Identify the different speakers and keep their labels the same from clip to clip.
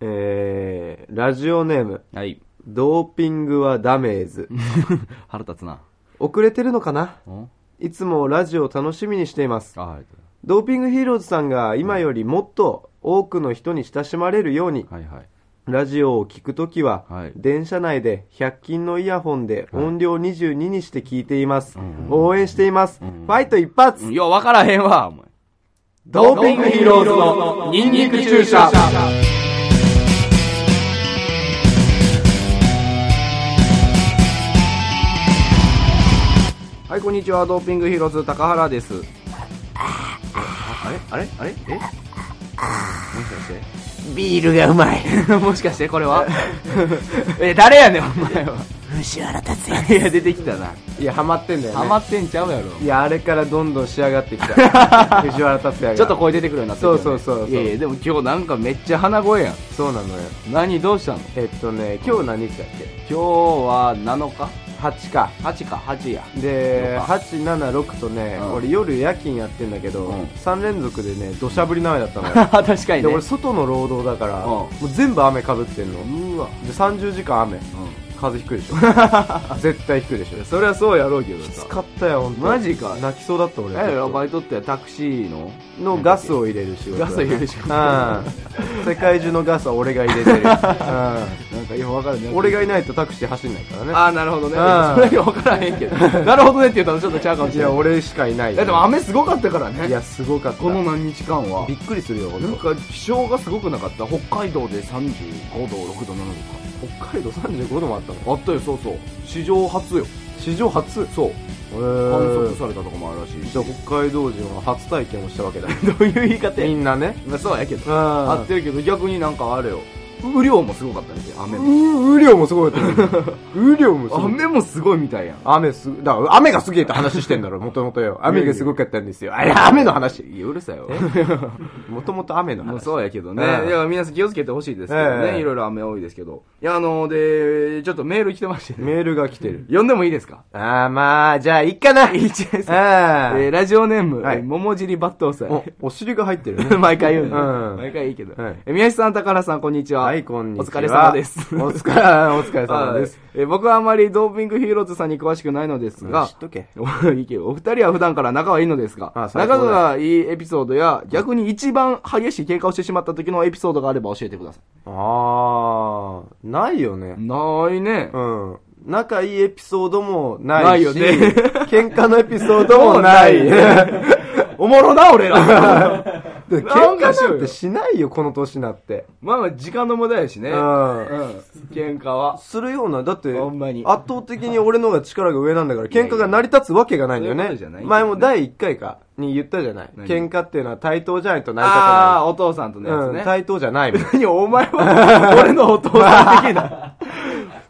Speaker 1: えー、ラジオネーム、
Speaker 2: はい。
Speaker 1: ドーピングはダメーズ。
Speaker 2: 腹立つな。
Speaker 1: 遅れてるのかなんいつもラジオを楽しみにしています。
Speaker 2: あ、はい。
Speaker 1: ドーピングヒーローズさんが今よりもっと多くの人に親しまれるように、
Speaker 2: はいはい。
Speaker 1: ラジオを聞くときは、
Speaker 2: はい
Speaker 1: 電車内で100均のイヤホンで
Speaker 2: はい
Speaker 1: 音量22にして聞いています。
Speaker 2: うん
Speaker 1: 応援しています。
Speaker 2: うん
Speaker 1: ファイト一発、
Speaker 2: うんよう分からへんわ、お前。
Speaker 1: ドーピングヒーローズのニンニク注射はい、こんにちは。ドーピングヒーローズ、高原です。
Speaker 2: あれあれあれえもしかして
Speaker 1: ビールがうまい。
Speaker 2: もしかしてこれは え、誰やねん、お前は。
Speaker 1: 牛原達也。
Speaker 2: いや、出てきたな。
Speaker 1: いや、ハマってんだよね。
Speaker 2: ハマってんちゃうやろ。
Speaker 1: いや、あれからどんどん仕上が ってきた。藤原達也が。
Speaker 2: ちょっと、声出てくるようになってきたよね
Speaker 1: そうそうそうそう
Speaker 2: いやいや、でも今日なんかめっちゃ鼻声やん。
Speaker 1: そうなのよ。
Speaker 2: 何、どうしたの
Speaker 1: えっとね、今日何日だっけ
Speaker 2: 今日は7日
Speaker 1: ?8 か。
Speaker 2: ?8 か、8や。
Speaker 1: で、
Speaker 2: そうか
Speaker 1: 876とね、
Speaker 2: うん
Speaker 1: 俺夜夜勤やってんだけど、
Speaker 2: うん
Speaker 1: 3連続でね、土砂降りの雨だったのよ。
Speaker 2: 確かに
Speaker 1: で、
Speaker 2: ね
Speaker 1: 俺。外の労働だから、
Speaker 2: うん
Speaker 1: もう全部雨かぶってんの。
Speaker 2: うわ。
Speaker 1: で、30時間雨。風邪ひくで しょ。絶対ひくでしょ。
Speaker 2: そりゃそうやろうけど
Speaker 1: きつ
Speaker 2: さ。
Speaker 1: かったよ、ほんと
Speaker 2: マジか
Speaker 1: 泣きそうだった俺。
Speaker 2: えバイトってタクシーの
Speaker 1: のガスを入れる仕事だね。
Speaker 2: ガスを入れる仕事
Speaker 1: うん。世界中のガスは俺が入れて る。うん。
Speaker 2: なんかよくわかるね
Speaker 1: 俺
Speaker 2: が
Speaker 1: がいないとタクシー走んないからね
Speaker 2: ああなるほどね
Speaker 1: うん
Speaker 2: いやそれだけわからへん けどなるほどねって言ったらちょっとちゃうかもし
Speaker 1: い
Speaker 2: れ
Speaker 1: や
Speaker 2: ない
Speaker 1: 俺しかいない
Speaker 2: いやでも雨すごかったからね
Speaker 1: いやすごかった
Speaker 2: この何日間は
Speaker 1: びっくりするよほん
Speaker 2: なん
Speaker 1: と
Speaker 2: か気象がすごくなかった北海道で35度6度7
Speaker 1: 北海道35度もあったの
Speaker 2: 度かあったよそうそう史上初よ
Speaker 1: 史上初
Speaker 2: そう
Speaker 1: へ
Speaker 2: 観測
Speaker 1: ー
Speaker 2: されたとこもあるらしい
Speaker 1: じゃあ北海道人は初体験をしたわけだ
Speaker 2: どういう言い方
Speaker 1: みんなね
Speaker 2: まあそうやけど
Speaker 1: あ
Speaker 2: 合ってるけど逆になんかあれよ雨量もすごかったね雨も
Speaker 1: 雨量もすごいよ雨量もすごい
Speaker 2: 雨もすごいみたいやん
Speaker 1: 雨すぐだから雨がすげえって話してんだろもともと よ雨がすごかったんですよあれ雨の話
Speaker 2: いやうるさいよ
Speaker 1: もともと雨の
Speaker 2: まあ
Speaker 1: 話
Speaker 2: そうやけどね。
Speaker 1: うん
Speaker 2: いや、皆さん気をつけてほしいですけど
Speaker 1: ええ
Speaker 2: ね。いろいろ雨多いですけど。いや、あの、で、ちょっとメール来てましてね。
Speaker 1: メールが来てる
Speaker 2: 読んでもいいですか
Speaker 1: ああまあじ ゃあいっかな
Speaker 2: いいですかえ
Speaker 1: あ
Speaker 2: ーラジオネーム、
Speaker 1: はい
Speaker 2: えー桃尻抜刀斎。
Speaker 1: おお尻が入ってるね
Speaker 2: 毎回言うの、
Speaker 1: うん
Speaker 2: 毎回いいけど。
Speaker 1: はい
Speaker 2: えー宮下さん、高原さん、こんにちは。
Speaker 1: はい、こんにちは。
Speaker 2: お疲れ様です。
Speaker 1: お疲れ、お疲れ様です。
Speaker 2: はい。えー僕はあまりドーピングヒーローズさんに詳しくないのですが、
Speaker 1: 知っとけ。
Speaker 2: お いいけどお二人は普段から仲はいいのですが、
Speaker 1: あ最高
Speaker 2: 仲
Speaker 1: だ
Speaker 2: がいいエピソードや、逆に一番激しい喧嘩をしてしまった時のエピソードがあれば教えてくださ
Speaker 1: あー、ないよ
Speaker 2: い。
Speaker 1: ね。
Speaker 2: ないね。
Speaker 1: うん。仲いいエピソードもないし、
Speaker 2: ないよね
Speaker 1: 喧嘩のエピソードも ない。
Speaker 2: もう
Speaker 1: 喧
Speaker 2: おもろな、 俺ら。
Speaker 1: 嘩なんてしないよ、この年になって。
Speaker 2: まあまあ、時間の無駄やしね。
Speaker 1: う
Speaker 2: うん。
Speaker 1: ん。
Speaker 2: 喧嘩は。
Speaker 1: するような、だって、
Speaker 2: ほんまに
Speaker 1: 圧倒的に俺の方が力が上なんだから、喧嘩が成り立つわけがないんだよ
Speaker 2: そう
Speaker 1: ね
Speaker 2: いうことじゃない。よね
Speaker 1: 前も第1回か、に言ったじゃない。
Speaker 2: 何
Speaker 1: 喧嘩っていうのは対等じゃないと成り立
Speaker 2: ああ、
Speaker 1: た
Speaker 2: お父さんと
Speaker 1: な
Speaker 2: の
Speaker 1: い。うん、
Speaker 2: やつね。
Speaker 1: 対等じゃないもん。
Speaker 2: 何、お前 は、俺のお父さん的な。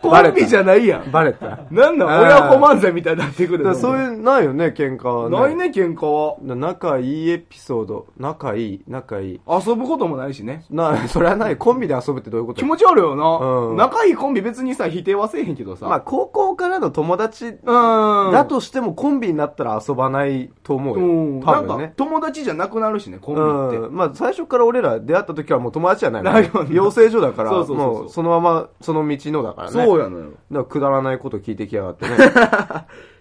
Speaker 2: コ
Speaker 1: バレた
Speaker 2: ンビじゃないやん。
Speaker 1: バレた。
Speaker 2: なんなん、
Speaker 1: あー
Speaker 2: 親子漫才みたいになってく
Speaker 1: だか
Speaker 2: る
Speaker 1: らそう
Speaker 2: う。
Speaker 1: いう、ないよね、喧嘩は、ね。
Speaker 2: ないね、喧嘩は。
Speaker 1: な仲いいエピソード。仲いい、仲いい。
Speaker 2: 遊ぶこともないしね。
Speaker 1: な、それはない。コンビで遊ぶってどういうこと
Speaker 2: 気持ち悪いよ
Speaker 1: うん
Speaker 2: な。仲いいコンビ別にさ、否定はせえへんけど
Speaker 1: まあ、
Speaker 2: さ。
Speaker 1: 高校からの友達
Speaker 2: うん。
Speaker 1: だとしてもコンビになったら遊ばないと思う
Speaker 2: う
Speaker 1: よ。
Speaker 2: ん、
Speaker 1: 多
Speaker 2: なん
Speaker 1: 分
Speaker 2: か
Speaker 1: ね、。
Speaker 2: 友達じゃなくなるしね、コンビって
Speaker 1: う。ん。まあ、最初から俺ら出会った時からもう友達じゃないもん
Speaker 2: ないよね
Speaker 1: 養成所だから、
Speaker 2: そうそうそうそう
Speaker 1: もうそのまま、その道のだからね。
Speaker 2: そ
Speaker 1: だか
Speaker 2: うやのよ。
Speaker 1: らくだらないこと聞いてきやがって ね。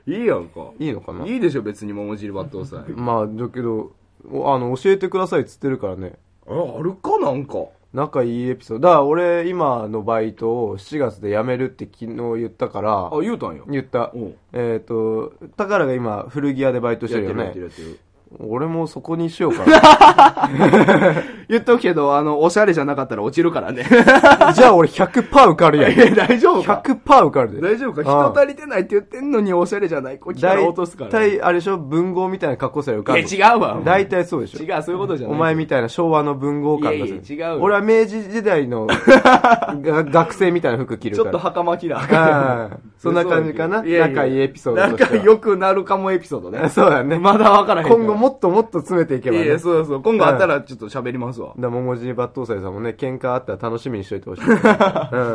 Speaker 2: いいやんか。
Speaker 1: いいのかない
Speaker 2: いでしょ、別に桃汁抜刀斎。
Speaker 1: まあ、だけど、おあの、教えてくださいっつってるからね。
Speaker 2: あ、あるかなんか。
Speaker 1: 仲いいエピソード。だから俺、今のバイトを7月で辞めるって昨日言ったから、
Speaker 2: あ、言うたんよ。
Speaker 1: 言った
Speaker 2: おう。
Speaker 1: えっ、と、高原が今、古着屋でバイトしてるよ
Speaker 2: やって
Speaker 1: ね。
Speaker 2: るやってるやって
Speaker 1: 俺もそこにしようかな。
Speaker 2: る。言っとくけど、あの、おしゃれじゃなかったら落ちるから ね。
Speaker 1: じゃあ俺100%受かるやん。
Speaker 2: いや大丈夫か。
Speaker 1: 100%受かるで。
Speaker 2: 大丈夫か
Speaker 1: うん
Speaker 2: 人足りてないって言ってんのにおしゃれじゃない。こっちから落とすから。
Speaker 1: 大体、あれでしょ文豪みたいな格好したら受かる。
Speaker 2: いや違うわお前
Speaker 1: 大体そうでしょ。
Speaker 2: 違う、そういうことじゃな
Speaker 1: お
Speaker 2: い。
Speaker 1: 前みたいな昭和の文豪感がす
Speaker 2: いやいや違う
Speaker 1: る。
Speaker 2: よ
Speaker 1: 俺は明治時代のが学生みたいな服着る
Speaker 2: ち
Speaker 1: か
Speaker 2: ょっと
Speaker 1: ら。
Speaker 2: 袴着な あかんやん。
Speaker 1: ああそんな感じかな。
Speaker 2: いやいや
Speaker 1: 仲いいエピソードとしては。。
Speaker 2: 仲良くなるかもエピソードね
Speaker 1: そうだね。
Speaker 2: まだ分からへんから。
Speaker 1: 今後もっともっと詰めていけば
Speaker 2: い
Speaker 1: ね。
Speaker 2: やいや、そうそう。今後あったらちょっと喋りますわ。
Speaker 1: だ桃尻抜刀斎さんもね、喧嘩あったら楽しみにしといてほし い。
Speaker 2: 喧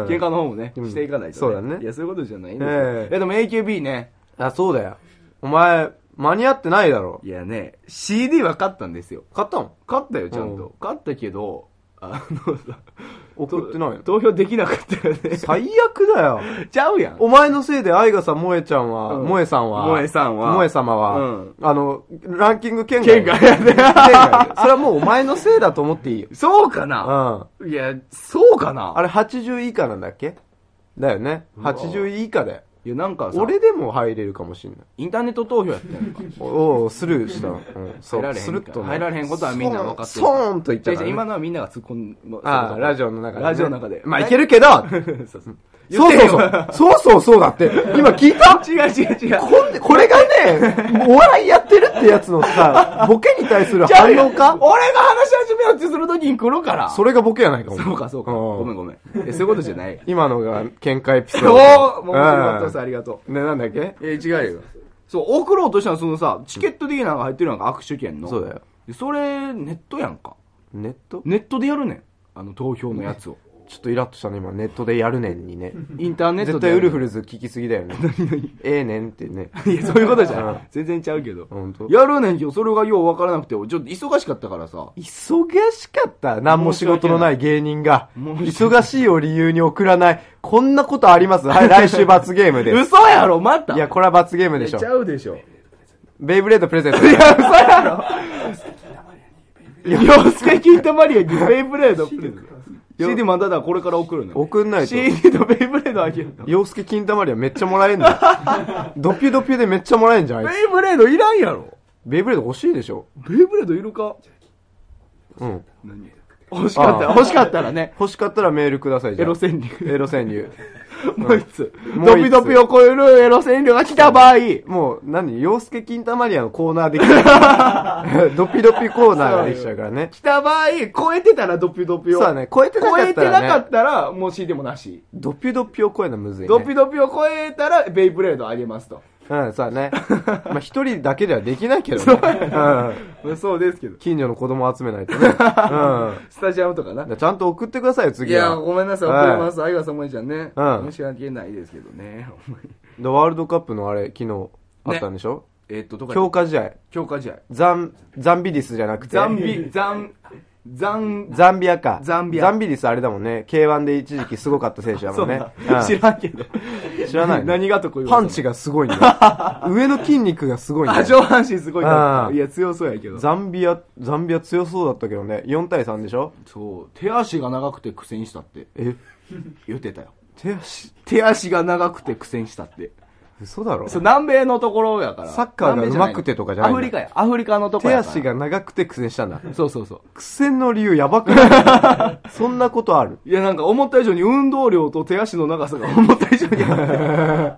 Speaker 2: 嘩の方もね、
Speaker 1: ん
Speaker 2: していかないと。
Speaker 1: そうだね
Speaker 2: いや、そういうことじゃないんです
Speaker 1: え
Speaker 2: よ。
Speaker 1: え
Speaker 2: いや、でも AKB ね。
Speaker 1: あ、そうだよ。お前、間に合ってないだろ。
Speaker 2: いやね、CD は買ったんですよ。
Speaker 1: 買ったの
Speaker 2: 勝ったよ、ちゃん
Speaker 1: う
Speaker 2: と。勝ったけど、あのさ、
Speaker 1: 送ってないの
Speaker 2: 投票できなかったよね。
Speaker 1: 最悪だよ。
Speaker 2: ちゃうやん。
Speaker 1: お前のせいで、愛がさん、萌えちゃんは、
Speaker 2: うん
Speaker 1: 萌えさんは、
Speaker 2: 萌えさんは
Speaker 1: 萌え様は、
Speaker 2: うん
Speaker 1: あの、ランキング圏外。
Speaker 2: 県外やで。
Speaker 1: 圏外それはもうお前のせいだと思っていいよ。
Speaker 2: そうか
Speaker 1: う。
Speaker 2: なんいや、そうかな
Speaker 1: あれ80以下なんだっけだよね。
Speaker 2: わ
Speaker 1: 80以下だよ。
Speaker 2: いや、なんかさ、
Speaker 1: 俺でも入れるかもしんない。
Speaker 2: インターネット投票やったやんか。
Speaker 1: おおスルーしたの。うん、
Speaker 2: 入られへん
Speaker 1: スルッとね
Speaker 2: 入られへんことはみんな分かってる
Speaker 1: ストーンといっ
Speaker 2: じ
Speaker 1: た
Speaker 2: ゃ
Speaker 1: からね、
Speaker 2: 今のはみんなが突っ込ん
Speaker 1: ああ、ラジ
Speaker 2: オ。
Speaker 1: オの中で、
Speaker 2: ラジオの中で
Speaker 1: まあ、いける けど
Speaker 2: そうそう。
Speaker 1: そうそうそう。そうそうそうだって。今聞いた
Speaker 2: 違う違う違う。
Speaker 1: こんこれがね、お笑いやってるってやつの さ、ボケに対する
Speaker 2: ちゃ
Speaker 1: 反
Speaker 2: うやん
Speaker 1: 応か
Speaker 2: 俺が話し始めようってするときに来るから。
Speaker 1: それがボケやないかも。
Speaker 2: そうかそうか。
Speaker 1: ん。
Speaker 2: ごめんごめん。えそういうことじゃないよ
Speaker 1: 今のが喧嘩エピソード。
Speaker 2: おおもう面白かったさ、ありがと
Speaker 1: うんね、なんだっけ
Speaker 2: う。え、違うよ。そう、送ろうとしたのそのさ、チケット的なのが入ってるやんか、握手券の。
Speaker 1: そうだよ。
Speaker 2: でそれ、ネットやんか。
Speaker 1: ネット
Speaker 2: ネットでやるねん。あの、投票のやつを。
Speaker 1: ちょっとイラッとしたね、今。ネットでやるねんにね。
Speaker 2: インターネット
Speaker 1: 絶
Speaker 2: で
Speaker 1: 対
Speaker 2: や
Speaker 1: ウ
Speaker 2: る
Speaker 1: ル
Speaker 2: ねん。
Speaker 1: フルズ聞きすぎだ よね。ええねんって ね。
Speaker 2: いや、 そういうことじゃ
Speaker 1: うん
Speaker 2: ん。全然ちゃうけど。
Speaker 1: ほんと
Speaker 2: やるねんけど、それがようわからなくて、俺ちょっと忙しかったからさ。
Speaker 1: 忙しかった。何も仕事のない芸人が。
Speaker 2: 申し訳
Speaker 1: 忙しいを理由に送らない。こんなことありますはい、来週罰ゲーム です。
Speaker 2: 嘘やろ、また
Speaker 1: いや、これは罰ゲームでしょ
Speaker 2: ち。ゃうでしょ。
Speaker 1: ベイブレードプレゼント。
Speaker 2: 嘘やろ洋介キンタマリア にベイブレードプレゼント CD まだだ、これから送るの。
Speaker 1: 送んないと。
Speaker 2: CD とベイブレードあげるの。ベイ
Speaker 1: 洋介金玉にはめっちゃもらえんだよ。ドピュドピュでめっちゃもらえんじゃん、あいつ。
Speaker 2: ブレードいらんやろ。
Speaker 1: ベイブレード欲しいでしょ。
Speaker 2: ベイブレードいるか
Speaker 1: うん。
Speaker 2: 欲しかったら、
Speaker 1: ああ
Speaker 2: 欲しかったらね。
Speaker 1: 欲しかったらメールください、じ
Speaker 2: エ
Speaker 1: ゃあ
Speaker 2: ロ川柳。
Speaker 1: エロ川柳。
Speaker 2: もう一つ。
Speaker 1: も
Speaker 2: ド
Speaker 1: う一
Speaker 2: ピ
Speaker 1: つ
Speaker 2: ドピを超えるエロ川柳が来た場合。
Speaker 1: もう、何洋介金玉にはのコーナーできちゃ う。ドピドピコーナーができちゃうからね。
Speaker 2: 来た場合、超えてたらドピドピを。
Speaker 1: そうだね超えてなかったらね
Speaker 2: 超えてなかったら、もう CD もなし。
Speaker 1: ドピュドピを超えるのむずいね。
Speaker 2: ドピドピを超えたら、ベイブレードあげますと。
Speaker 1: うん、そうだ ね。まあ、一人だけではできないけどね。うん。
Speaker 2: そうですけど。
Speaker 1: 近所の子供集めないと ね。うん。だか
Speaker 2: スタジアムとかな。
Speaker 1: らちゃんと送ってくださいよ、
Speaker 2: い
Speaker 1: 次
Speaker 2: や、
Speaker 1: は。
Speaker 2: ごめんなさい、
Speaker 1: はい
Speaker 2: 遅れます。相川さんもえちゃんね。
Speaker 1: うん
Speaker 2: 申し訳ないですけどね。 ほんまに
Speaker 1: でワールドカップのあれ、昨日、あったんでしょ
Speaker 2: えっと、どこや
Speaker 1: 強化試合。
Speaker 2: 強化試合。
Speaker 1: ザン、ザンビリスじゃなくて。
Speaker 2: ザンビ、ザン、ザン、
Speaker 1: ザンビアか。
Speaker 2: ザンビア
Speaker 1: リスあれだもんね。K1 で一時期すごかった選手だも んね。うん
Speaker 2: 知らんけど。
Speaker 1: 知らない
Speaker 2: 何がとこ言
Speaker 1: パ
Speaker 2: われ
Speaker 1: ン
Speaker 2: て
Speaker 1: チがすごいんだ よ。上の筋肉がすごいんだ
Speaker 2: あ、
Speaker 1: よ。
Speaker 2: 上半身すごいな
Speaker 1: うん
Speaker 2: いや、強そうやけど。
Speaker 1: ザンビア、ザンビア強そうだったけどね。4対3でしょ
Speaker 2: そう。手足が長くて苦戦したって
Speaker 1: え、
Speaker 2: 言ってたよ。
Speaker 1: 手足、
Speaker 2: 手足が長くて苦戦したって。
Speaker 1: 嘘だろ
Speaker 2: そう、南米のところやから。
Speaker 1: サッカーが上手くてとかじゃない
Speaker 2: アフリカや。アフリカのとこ
Speaker 1: 手
Speaker 2: やから。
Speaker 1: 足。が長くて苦戦したんだ。
Speaker 2: そうそうそう。
Speaker 1: 苦戦の理由やばくない そんなことある
Speaker 2: いや、なんか思った以上に運動量と手足の長さが思った以上にあって。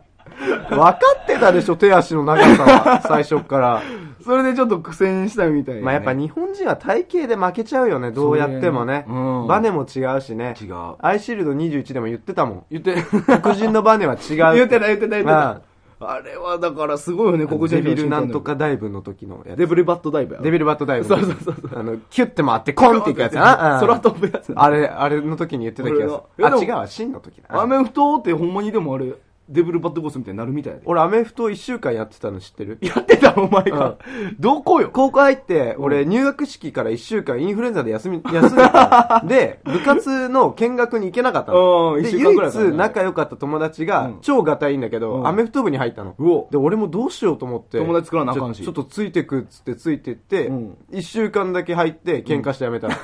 Speaker 1: 分かってたでしょ、手足の長さ は。最初から。
Speaker 2: それでちょっと苦戦したみたいな、
Speaker 1: まあやっぱ
Speaker 2: 違う。
Speaker 1: 日本人は体型で負けちゃうよね、どうやってもね。
Speaker 2: そうねうん
Speaker 1: バネも違うしね。アイシールド21でも言ってたもん。
Speaker 2: 言って、
Speaker 1: 黒人のバネは違う。
Speaker 2: 言ってた言ってた言って
Speaker 1: ま
Speaker 2: た。あれはだからすごいよね、ここじゃ
Speaker 1: デビルなんと。かダイブの時のやつ。
Speaker 2: デビルバットダイブや。
Speaker 1: デビルバットダイブ。
Speaker 2: そうそうそう
Speaker 1: あの、キュッて回ってコンっていくやつやな。うん
Speaker 2: 空飛ぶやつな。
Speaker 1: あれ、あれの時に言ってた気がする。
Speaker 2: 俺の
Speaker 1: あ、
Speaker 2: え
Speaker 1: 違
Speaker 2: で
Speaker 1: う
Speaker 2: も
Speaker 1: わ、真の時だ。
Speaker 2: アメフトってほんまにでもあれ、デビルバットコースみたいになるみたいで。
Speaker 1: 俺、アメフト1週間やってたの知ってる
Speaker 2: やってたお前が。どこよ
Speaker 1: 高校入って、俺、入学式から1週間インフルエンザで休み、 休んでたので、部活の見学に行けなかったの。
Speaker 2: うん
Speaker 1: で、
Speaker 2: 一週間
Speaker 1: 唯
Speaker 2: ぐらい
Speaker 1: 一
Speaker 2: だね
Speaker 1: 仲良かった友達
Speaker 2: う
Speaker 1: が
Speaker 2: ん、
Speaker 1: 超ガタいいんだけ
Speaker 2: う
Speaker 1: ど、
Speaker 2: ん
Speaker 1: アメフト部に入ったの。
Speaker 2: うお
Speaker 1: で、俺もどうしようと思って。
Speaker 2: 友達作らなあかんし
Speaker 1: ちょちょっとついてくっつってついてって
Speaker 2: うん、
Speaker 1: 1週間だけ入って、喧嘩してやめたの。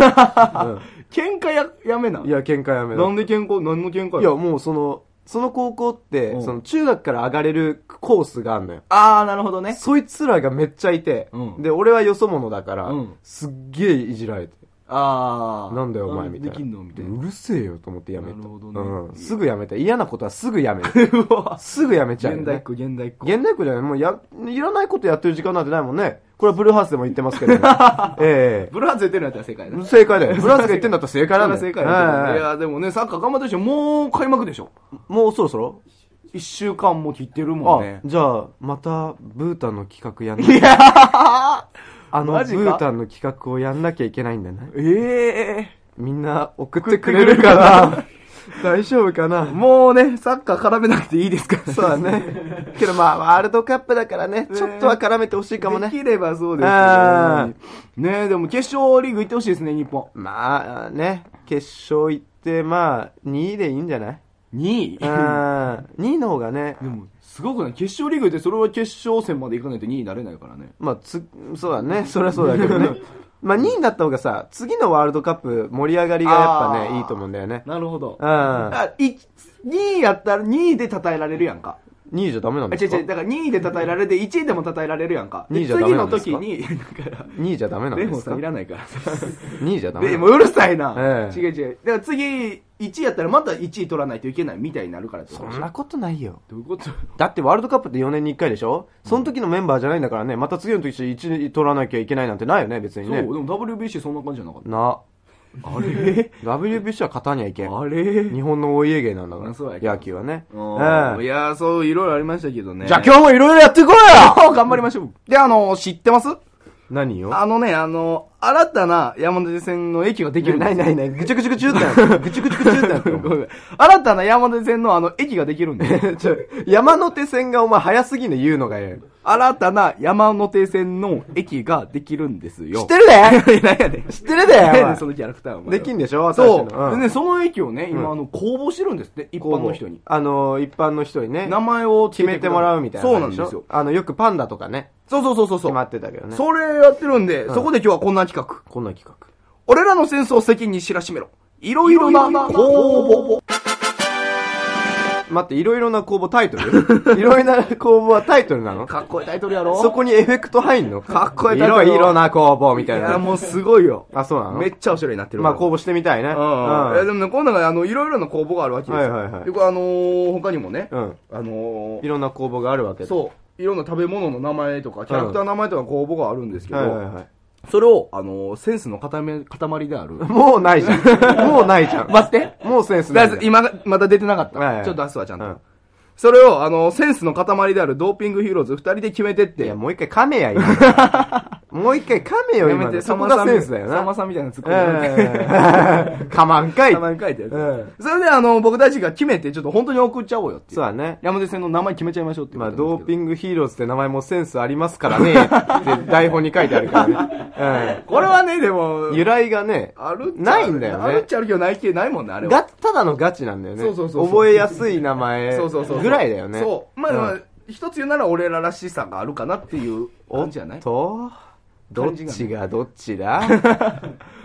Speaker 2: 喧嘩や、やめな。
Speaker 1: いや、喧嘩やめた
Speaker 2: な。んで喧嘩、何の喧嘩
Speaker 1: いや、もうその、その高校って、
Speaker 2: うん
Speaker 1: その中学から上がれるコースがあんのよ。
Speaker 2: あー、なるほどね。
Speaker 1: そいつらがめっちゃいて、
Speaker 2: うん
Speaker 1: で、俺はよそ者だから、
Speaker 2: うん
Speaker 1: すっげえいじられて、
Speaker 2: あー。
Speaker 1: なんだよお前みたいな。
Speaker 2: できんのみたいな。
Speaker 1: うるせえよと思ってやめた。
Speaker 2: なるほどね
Speaker 1: うん。すぐやめた。嫌なことはすぐやめ る。
Speaker 2: うわ。
Speaker 1: すぐやめちゃうよ、
Speaker 2: 現代っ
Speaker 1: ね。
Speaker 2: 子、現代っ子。
Speaker 1: 現代っ子じゃない。もうや、いらないことやってる時間なんてないもんね。これはブルーハーツでも言ってますけど、 ね、え
Speaker 2: ブラーズ出てるやったら正解だ
Speaker 1: え
Speaker 2: ね。
Speaker 1: 正解だよ。ブルーハーツが言ってんだったら正解なんだよ。
Speaker 2: 正解だ
Speaker 1: え
Speaker 2: ね。
Speaker 1: え
Speaker 2: いや、でもね、サッカー頑張ってるし、もう開幕でしょ。
Speaker 1: もうそろそろ
Speaker 2: 一週間も切ってるもん
Speaker 1: あ、
Speaker 2: ね。
Speaker 1: じゃあ、また、ブータンの企画やんなきゃいあの、ブ
Speaker 2: マジか
Speaker 1: ータンの企画をやんなきゃいけないんだね。
Speaker 2: ええ
Speaker 1: みんな送ってくれるかな大丈夫かな
Speaker 2: もうね、サッカー絡めなくていいですから
Speaker 1: そうだね。けどまあ、ワールドカップだからね、ちょっとは絡めてほしいかも
Speaker 2: で
Speaker 1: ね。
Speaker 2: きればそうです
Speaker 1: あー
Speaker 2: けどね。ねでも決勝リーグ行ってほしいですね、日本。
Speaker 1: まあね、決勝行って、まあ、2位でいいんじゃない
Speaker 2: 2位
Speaker 1: うん。2位の方がね、
Speaker 2: でも、すごくない決勝リーグってそれは決勝戦まで行かないと2位になれないからね。
Speaker 1: まあ、つ、そうだね。そりゃそうだけどね。 まあ、2位になった方がさ、次のワールドカップ盛り上がりがやっぱ
Speaker 2: あ
Speaker 1: ね、
Speaker 2: ー
Speaker 1: いいと思うんだよね。
Speaker 2: なるほど。
Speaker 1: うん。
Speaker 2: あ、い、2位やったら2位で称えられるやんか。
Speaker 1: 2位じゃダメなん
Speaker 2: あ、
Speaker 1: で
Speaker 2: 違う
Speaker 1: すか
Speaker 2: 違う、だから2位で称えられて1位でも称えられるやんか。
Speaker 1: 2位
Speaker 2: で
Speaker 1: じゃダ
Speaker 2: 次
Speaker 1: メな
Speaker 2: の
Speaker 1: んです
Speaker 2: 時
Speaker 1: か
Speaker 2: に、だから、
Speaker 1: ?2 位じゃダメなん
Speaker 2: レ
Speaker 1: で
Speaker 2: モン
Speaker 1: す
Speaker 2: さ
Speaker 1: か
Speaker 2: んいらないからさ。
Speaker 1: ?2 位じゃダメ
Speaker 2: で
Speaker 1: なん
Speaker 2: も
Speaker 1: で
Speaker 2: ううるさいな、
Speaker 1: ええ
Speaker 2: 違う違うだから次1位やったらまた1位取らないといけないみたいになるからって
Speaker 1: す
Speaker 2: こ
Speaker 1: か
Speaker 2: と
Speaker 1: そんなことないよ。
Speaker 2: どういうこと
Speaker 1: だってワールドカップって4年に1回でしょその時のメンバーじゃないんだからね、また次の時1位取らなきゃいけないなんてないよね、別にね。
Speaker 2: そうでも WBC そんな感じじゃなかっ
Speaker 1: な、
Speaker 2: たあれ
Speaker 1: WBC は勝たにはいけん。
Speaker 2: あれ
Speaker 1: 日本のお家芸なんだから
Speaker 2: あそうや、けど
Speaker 1: 野球はね。
Speaker 2: うん
Speaker 1: うん
Speaker 2: いやーそういろいろありましたけどね
Speaker 1: じゃあ今日もいろいろやっていこうよ
Speaker 2: 頑張りましょうであの知ってます
Speaker 1: 何よ
Speaker 2: あのねあの新たな山手線の駅ができるんです
Speaker 1: な
Speaker 2: よ
Speaker 1: いないない、ぐちゅぐちゅぐちゅって なる。ぐちゅぐちゅぐちゅってな
Speaker 2: ごめんご
Speaker 1: る。
Speaker 2: め ん新たな山手線のあの駅ができるんですよ
Speaker 1: ちょ山手線がお前早すぎね、言うのがよ。
Speaker 2: 新たな山手線の駅ができるんですよ
Speaker 1: 知 ってるで
Speaker 2: て何やねん
Speaker 1: 知ってるで
Speaker 2: 何やねん
Speaker 1: お
Speaker 2: そのキャラクターお前
Speaker 1: 前できんでしょ新
Speaker 2: そ
Speaker 1: しいの
Speaker 2: う。
Speaker 1: う
Speaker 2: で
Speaker 1: ん
Speaker 2: ね、その駅をね、
Speaker 1: うん
Speaker 2: 今、あの、公募してるんですって、一般の人に。
Speaker 1: あの、一般の人にね、
Speaker 2: 名前を
Speaker 1: 決めてもらうみたいな。
Speaker 2: そうなんですよ。。
Speaker 1: あの、よくパンダとかね、
Speaker 2: そうそうそうそうそ
Speaker 1: 決ま
Speaker 2: う。
Speaker 1: ってたけどね。
Speaker 2: それやってるんで、
Speaker 1: うん
Speaker 2: そこで今日はこんな企画。
Speaker 1: こんな企画。
Speaker 2: 俺らの戦争を責に知らしめろ。いろいろな公募。
Speaker 1: 待って、いろいろな公募タイト ルいろいろな公募はタイトルなの
Speaker 2: かっこいいタイトルやろ
Speaker 1: そこにエフェクト入んの
Speaker 2: かっこいい
Speaker 1: い
Speaker 2: タイト
Speaker 1: ろ
Speaker 2: ル
Speaker 1: いろな公募みたい
Speaker 2: いや、
Speaker 1: な。
Speaker 2: もうすごいよ。
Speaker 1: あ、そうなの
Speaker 2: めっちゃおしゃれになってる。
Speaker 1: まあ公
Speaker 2: 募。
Speaker 1: 募してみたいね。
Speaker 2: うん。いや、で
Speaker 1: う
Speaker 2: もね、この中で、あの、いろいろな公募があるわけですよ。
Speaker 1: はいはいはい
Speaker 2: で、これあのー、他にもね、
Speaker 1: ん。うん。
Speaker 2: あの
Speaker 1: い
Speaker 2: ー、
Speaker 1: ろんな公募があるわけだ
Speaker 2: そう、いろんな食べ物の名前とか、キャラクターの名前とか公募があるんですけ
Speaker 1: はいはい
Speaker 2: ど、
Speaker 1: はい。
Speaker 2: それを、あのー、センスの塊め塊である。
Speaker 1: もうないじゃ ん。もうないじゃん。
Speaker 2: 待って。
Speaker 1: もうセンスないじ
Speaker 2: だ
Speaker 1: ゃん。
Speaker 2: 今が、まだ出てなかった。
Speaker 1: はいはい
Speaker 2: ちょっと出すわ、ちゃんと。
Speaker 1: うん
Speaker 2: それを、あの、センスの塊であるドーピングヒーローズ二人で決めてっ
Speaker 1: い
Speaker 2: て。
Speaker 1: や、もう一回噛めや、今。 もう一回噛めよ、
Speaker 2: や
Speaker 1: 今
Speaker 2: め
Speaker 1: の。
Speaker 2: て、
Speaker 1: そ
Speaker 2: さ
Speaker 1: こ
Speaker 2: まさ
Speaker 1: が
Speaker 2: ん
Speaker 1: センスだよ
Speaker 2: さんま
Speaker 1: な。
Speaker 2: さんみたいなツッコミ。
Speaker 1: えー噛まんかい。
Speaker 2: たまに書いてる。
Speaker 1: うん
Speaker 2: それで、あの、僕たちが決めて、ちょっと本当に送っちゃおうよっていう
Speaker 1: そうだね。
Speaker 2: 山手線の名前決めちゃいましょうっていう
Speaker 1: ま
Speaker 2: こ
Speaker 1: あ、
Speaker 2: とな
Speaker 1: ド
Speaker 2: んで
Speaker 1: ー
Speaker 2: すけど。
Speaker 1: ピングヒーローズって名前もセンスありますから ね。って台本に書いてあるから ね。
Speaker 2: これはね、でも
Speaker 1: うん。、由来がね、
Speaker 2: あるっちゃ
Speaker 1: ないんだよ
Speaker 2: あるっ
Speaker 1: ね。
Speaker 2: ちゃあるけどないけどないもんね、あれは。
Speaker 1: ガただのガチなんだよね。
Speaker 2: そうそうそうそう
Speaker 1: 覚えやすい名前
Speaker 2: そうそうそうそう。
Speaker 1: ぐらいだよね。
Speaker 2: そう。まあ、ま
Speaker 1: う
Speaker 2: あ
Speaker 1: ん
Speaker 2: 一つ言うなら俺ららしさがあるかなっていう感じじゃない
Speaker 1: と、どっ
Speaker 2: 感じが
Speaker 1: ちがどっちだ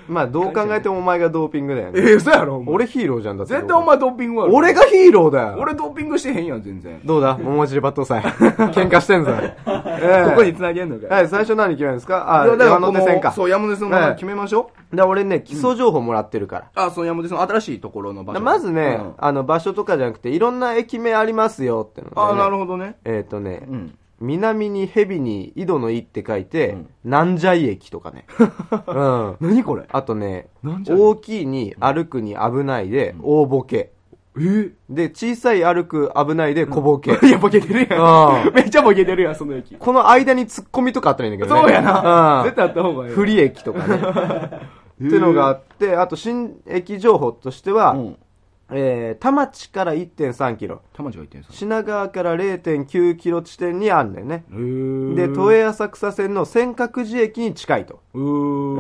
Speaker 1: まあ、どう考えてもお前がドーピングだよ
Speaker 2: え
Speaker 1: ね。
Speaker 2: え、そうやろ、お前
Speaker 1: 俺ヒーローじゃんだって。
Speaker 2: 絶対お前ドーピングは
Speaker 1: 俺がヒーローだよ。
Speaker 2: 俺ドーピングしてへんやん、全然。
Speaker 1: どうだ桃尻抜刀祭。喧嘩してんぞ。ええ
Speaker 2: ここに繋げんのか
Speaker 1: は
Speaker 2: よ。
Speaker 1: い、最初何決めるんですかあ、
Speaker 2: だから
Speaker 1: 山手線
Speaker 2: こ
Speaker 1: か。
Speaker 2: のそう、山手線の名前決めましょ
Speaker 1: で、俺ね、基礎情報もらってるから。
Speaker 2: う。あ、そう、山手線の新しいところの場
Speaker 1: だ
Speaker 2: 所。
Speaker 1: まずね、
Speaker 2: うん
Speaker 1: あの、場所とかじゃなくて、いろんな駅名ありますよってのね。
Speaker 2: あ、なるほどね。
Speaker 1: えっ、とね、
Speaker 2: うん。
Speaker 1: 南に蛇に井戸の井って書いて、
Speaker 2: ん
Speaker 1: 南蛇井駅と かね。うん。
Speaker 2: 何これ
Speaker 1: あとね、
Speaker 2: 南蛇井
Speaker 1: 大きいに歩くに危ないで、大ボケ。
Speaker 2: え
Speaker 1: で、小さい歩く危ないで小ボ ケ。
Speaker 2: いや、ボケてるや
Speaker 1: うん
Speaker 2: 。めっちゃボケてるやん、その駅。
Speaker 1: この間に突っ込みとかあったらいいんだけどね。
Speaker 2: そうやな。
Speaker 1: うん
Speaker 2: 絶対あった方がいい。
Speaker 1: 不利益とか ね。ってのがあって、あと新駅情報としては、
Speaker 2: うん。
Speaker 1: えー、田町から1.3キロ、
Speaker 2: 玉ちが言ってんす
Speaker 1: 品川から0.9キロ地点にあんねんね。
Speaker 2: へー
Speaker 1: で、都営浅草線の尖閣寺駅に近いと。
Speaker 2: う
Speaker 1: え
Speaker 2: ー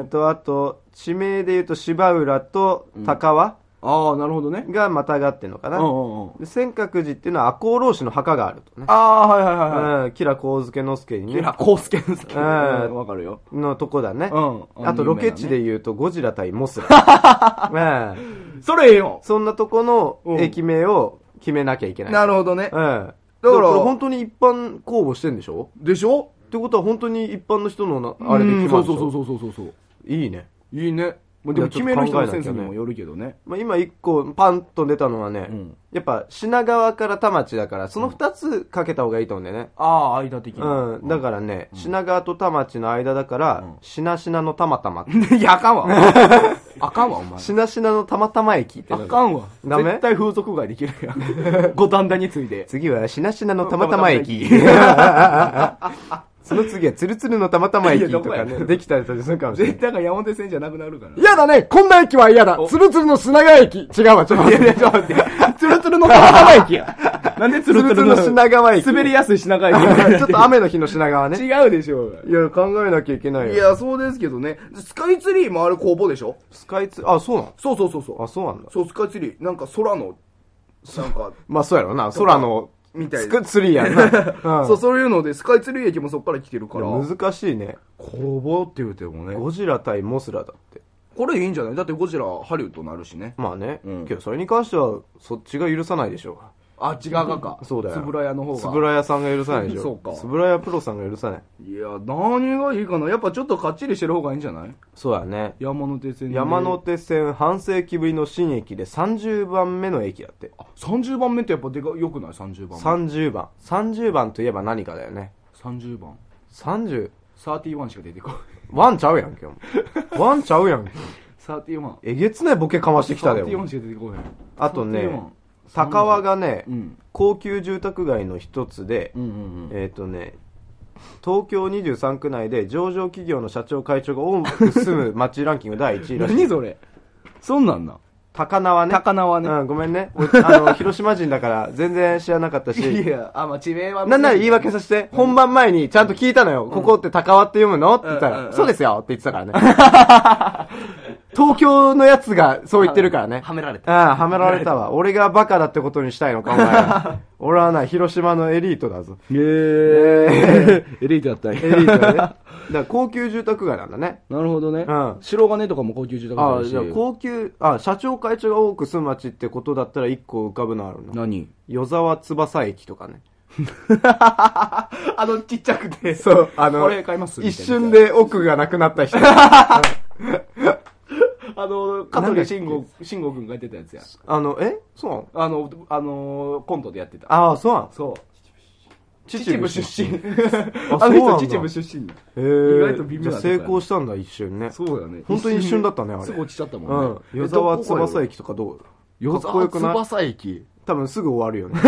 Speaker 1: ーと、あと、地名で言うと芝浦と高輪
Speaker 2: ああ、なるほどね。
Speaker 1: がまたがってんのか
Speaker 2: う
Speaker 1: な。
Speaker 2: んうんうん。
Speaker 1: で尖閣寺っていうのは赤穂浪士の墓があるとね。
Speaker 2: ああ、はいはいはいは
Speaker 1: うん、吉良幸助之助に
Speaker 2: い。い
Speaker 1: ね
Speaker 2: や、。コースケの先。
Speaker 1: う
Speaker 2: うんんわかるよ。
Speaker 1: のとこだね。
Speaker 2: うん
Speaker 1: あとロケ地で言うとゴジラ対モス ラ。うん
Speaker 2: それええよ。
Speaker 1: そんなとこ
Speaker 2: う
Speaker 1: の
Speaker 2: ん
Speaker 1: 駅名を決めなきゃいけない。
Speaker 2: なるほどね
Speaker 1: え え。。だ
Speaker 2: だ
Speaker 1: か、
Speaker 2: からら
Speaker 1: これ本当に一般公募してんでしょ
Speaker 2: でしょ
Speaker 1: ってことは本当に一般の人のなあれで決ま
Speaker 2: う
Speaker 1: るで
Speaker 2: ん
Speaker 1: し
Speaker 2: そ
Speaker 1: ょ
Speaker 2: うそうそうそうそうそう。
Speaker 1: いいね。
Speaker 2: いいね。まあで
Speaker 1: いや
Speaker 2: も
Speaker 1: ちょ
Speaker 2: 決
Speaker 1: っと
Speaker 2: め
Speaker 1: 考え
Speaker 2: る
Speaker 1: なきゃね
Speaker 2: 人のセンスにもよるけどね。
Speaker 1: まあ、今一個パンと出たのはね、
Speaker 2: うん
Speaker 1: やっぱ品川から田町だから、その二つかけた方がいいと思うんだよね。
Speaker 2: ああ、間的
Speaker 1: うん。だからね、品川と田町の間だから、しなしなのたまたま。
Speaker 2: ら。 いや、あかんわ。あかんわ、お前。
Speaker 1: しなしなのたまたま駅って
Speaker 2: あ
Speaker 1: なる
Speaker 2: かんわ。
Speaker 1: ダメ
Speaker 2: 絶対風俗街できるや ん。五反田についで。
Speaker 1: 次はしなしなのたまたま駅。 その次はツルツルのたまたま駅と
Speaker 2: いや
Speaker 1: か
Speaker 2: どこ
Speaker 1: ね、
Speaker 2: や
Speaker 1: できたりとかするかもしれな
Speaker 2: 絶
Speaker 1: い。
Speaker 2: 対が山手線じゃなくなるから。
Speaker 3: 嫌だねこんな駅は嫌だつるつるの砂川駅違うわ、ちょっと待って。
Speaker 2: ちょっと待って。ツルツルの玉川駅や。 なんでツ
Speaker 1: ツ
Speaker 2: ル
Speaker 1: ルツ
Speaker 2: ツル
Speaker 1: ル
Speaker 2: の
Speaker 1: の品川駅。
Speaker 2: 滑りやすい品川駅みたいにな
Speaker 1: ちょ
Speaker 2: て
Speaker 1: っと雨の日の品川ね。
Speaker 2: 違うでしょうが。
Speaker 1: いや、考えなきゃいけないよ。
Speaker 2: いや、そうですけどね。スカイツリーもあれ工房でしょ
Speaker 1: スカイツ、あ、そうなの
Speaker 2: そうそうそうそう。
Speaker 1: あ、そうなんだ。
Speaker 2: そう、スカイツリー。なんか空の、なんか、
Speaker 1: まあ、そうやろな。空の、
Speaker 2: みたい
Speaker 1: ス
Speaker 2: な
Speaker 1: ク。ツリーや んな。うん
Speaker 2: そう、そういうので、スカイツリー駅もそっから来てるから。
Speaker 1: いや難しいね。
Speaker 2: 工房って言うてもね。
Speaker 1: ゴジラ対モスラだって。
Speaker 2: これいいんじゃないだってゴジラ、ハリウッドなるしね。
Speaker 1: まあね。
Speaker 2: うん
Speaker 1: けど、それに関しては、そっちが許さないでしょ
Speaker 2: あ、違うかか。
Speaker 1: そうだよ
Speaker 2: つぶらやの方
Speaker 1: う。
Speaker 2: が。
Speaker 1: つぶらやさんが許さない でしょ。
Speaker 2: そうか
Speaker 1: つぶらやプロさんが許さない。
Speaker 2: いや、何がいいかな。やっぱちょっとかっちりしてる方がいいんじゃない
Speaker 1: そうやね。
Speaker 2: 山手線で
Speaker 1: 山手線半世紀ぶりの新駅で30番目の駅だって。
Speaker 2: 30番目ってやっぱでかよくない30番
Speaker 1: 30番。30番といえば何かだよね。
Speaker 2: 30番
Speaker 1: 30、
Speaker 2: 31しか出て こない
Speaker 1: ワンちゃうやんけ、お前ワンちゃうやんけ。
Speaker 2: 31
Speaker 1: えげつないボケかましてきたで、お前
Speaker 2: 31しか出てこない
Speaker 1: あとね
Speaker 2: 31、
Speaker 1: 高輪がね
Speaker 2: う、ん
Speaker 1: 高級住宅街の一つで
Speaker 2: う、んうんうん
Speaker 1: えっとね、東京23区内で上場企業の社長会長が多く住む街ランキング第1位らしい。
Speaker 2: 何それそんなんな
Speaker 1: 高輪ね。
Speaker 2: 高輪ね
Speaker 1: うん、ごめんね。俺あの、広島人だから全然知らなかったし。
Speaker 2: いやあまあ地名は
Speaker 1: なんなら言い訳させて、本番前にちゃんと聞いたのよ。ここって高輪って読むのって言った
Speaker 2: うんうんう
Speaker 1: ら、
Speaker 2: ん
Speaker 1: そうですよって言ってたからね。東京のやつがそう言ってるからね。
Speaker 2: はめられ
Speaker 1: た。ああ、はめられたわ。俺がバカだってことにしたいのか、お前ら。俺はな、広島のエリートだぞ。
Speaker 2: ええエリートだったんや
Speaker 1: エリートだね。だから高級住宅街なんだね。
Speaker 2: なるほどね
Speaker 1: うん
Speaker 2: 白金とかも高級住宅
Speaker 1: あ
Speaker 2: 街
Speaker 1: あ、
Speaker 2: だし
Speaker 1: じゃあ高級、あ社長会長が多く住む街ってことだったら一個浮かぶのあるの。
Speaker 2: 何
Speaker 1: 与沢翼駅とかね。
Speaker 2: あのちっちゃく て
Speaker 1: そう、あの、
Speaker 2: これ買います
Speaker 1: 一瞬で奥がなくなった人。
Speaker 2: あの香取慎吾慎吾君がやってたやつや
Speaker 1: あの、えそうなの
Speaker 2: あのあのコントでやってた
Speaker 1: ああ、そうなの
Speaker 2: そう
Speaker 1: 秩父出
Speaker 2: 出身。
Speaker 1: あ
Speaker 2: あ
Speaker 1: そうなんだ
Speaker 2: の人秩父出身。
Speaker 1: へー
Speaker 2: 意外と微妙なとこ
Speaker 1: じゃ
Speaker 2: や
Speaker 1: あ成功したんだ、一瞬ね。
Speaker 2: そうだね
Speaker 1: 本当に一瞬だったね、あれ。
Speaker 2: すぐ落ちちゃったもんね。
Speaker 1: うん。与沢翼
Speaker 2: 駅。
Speaker 1: 駅とかどう
Speaker 3: よ
Speaker 1: かっこよくない
Speaker 3: 翼駅。
Speaker 1: 多分すぐ終わるよね。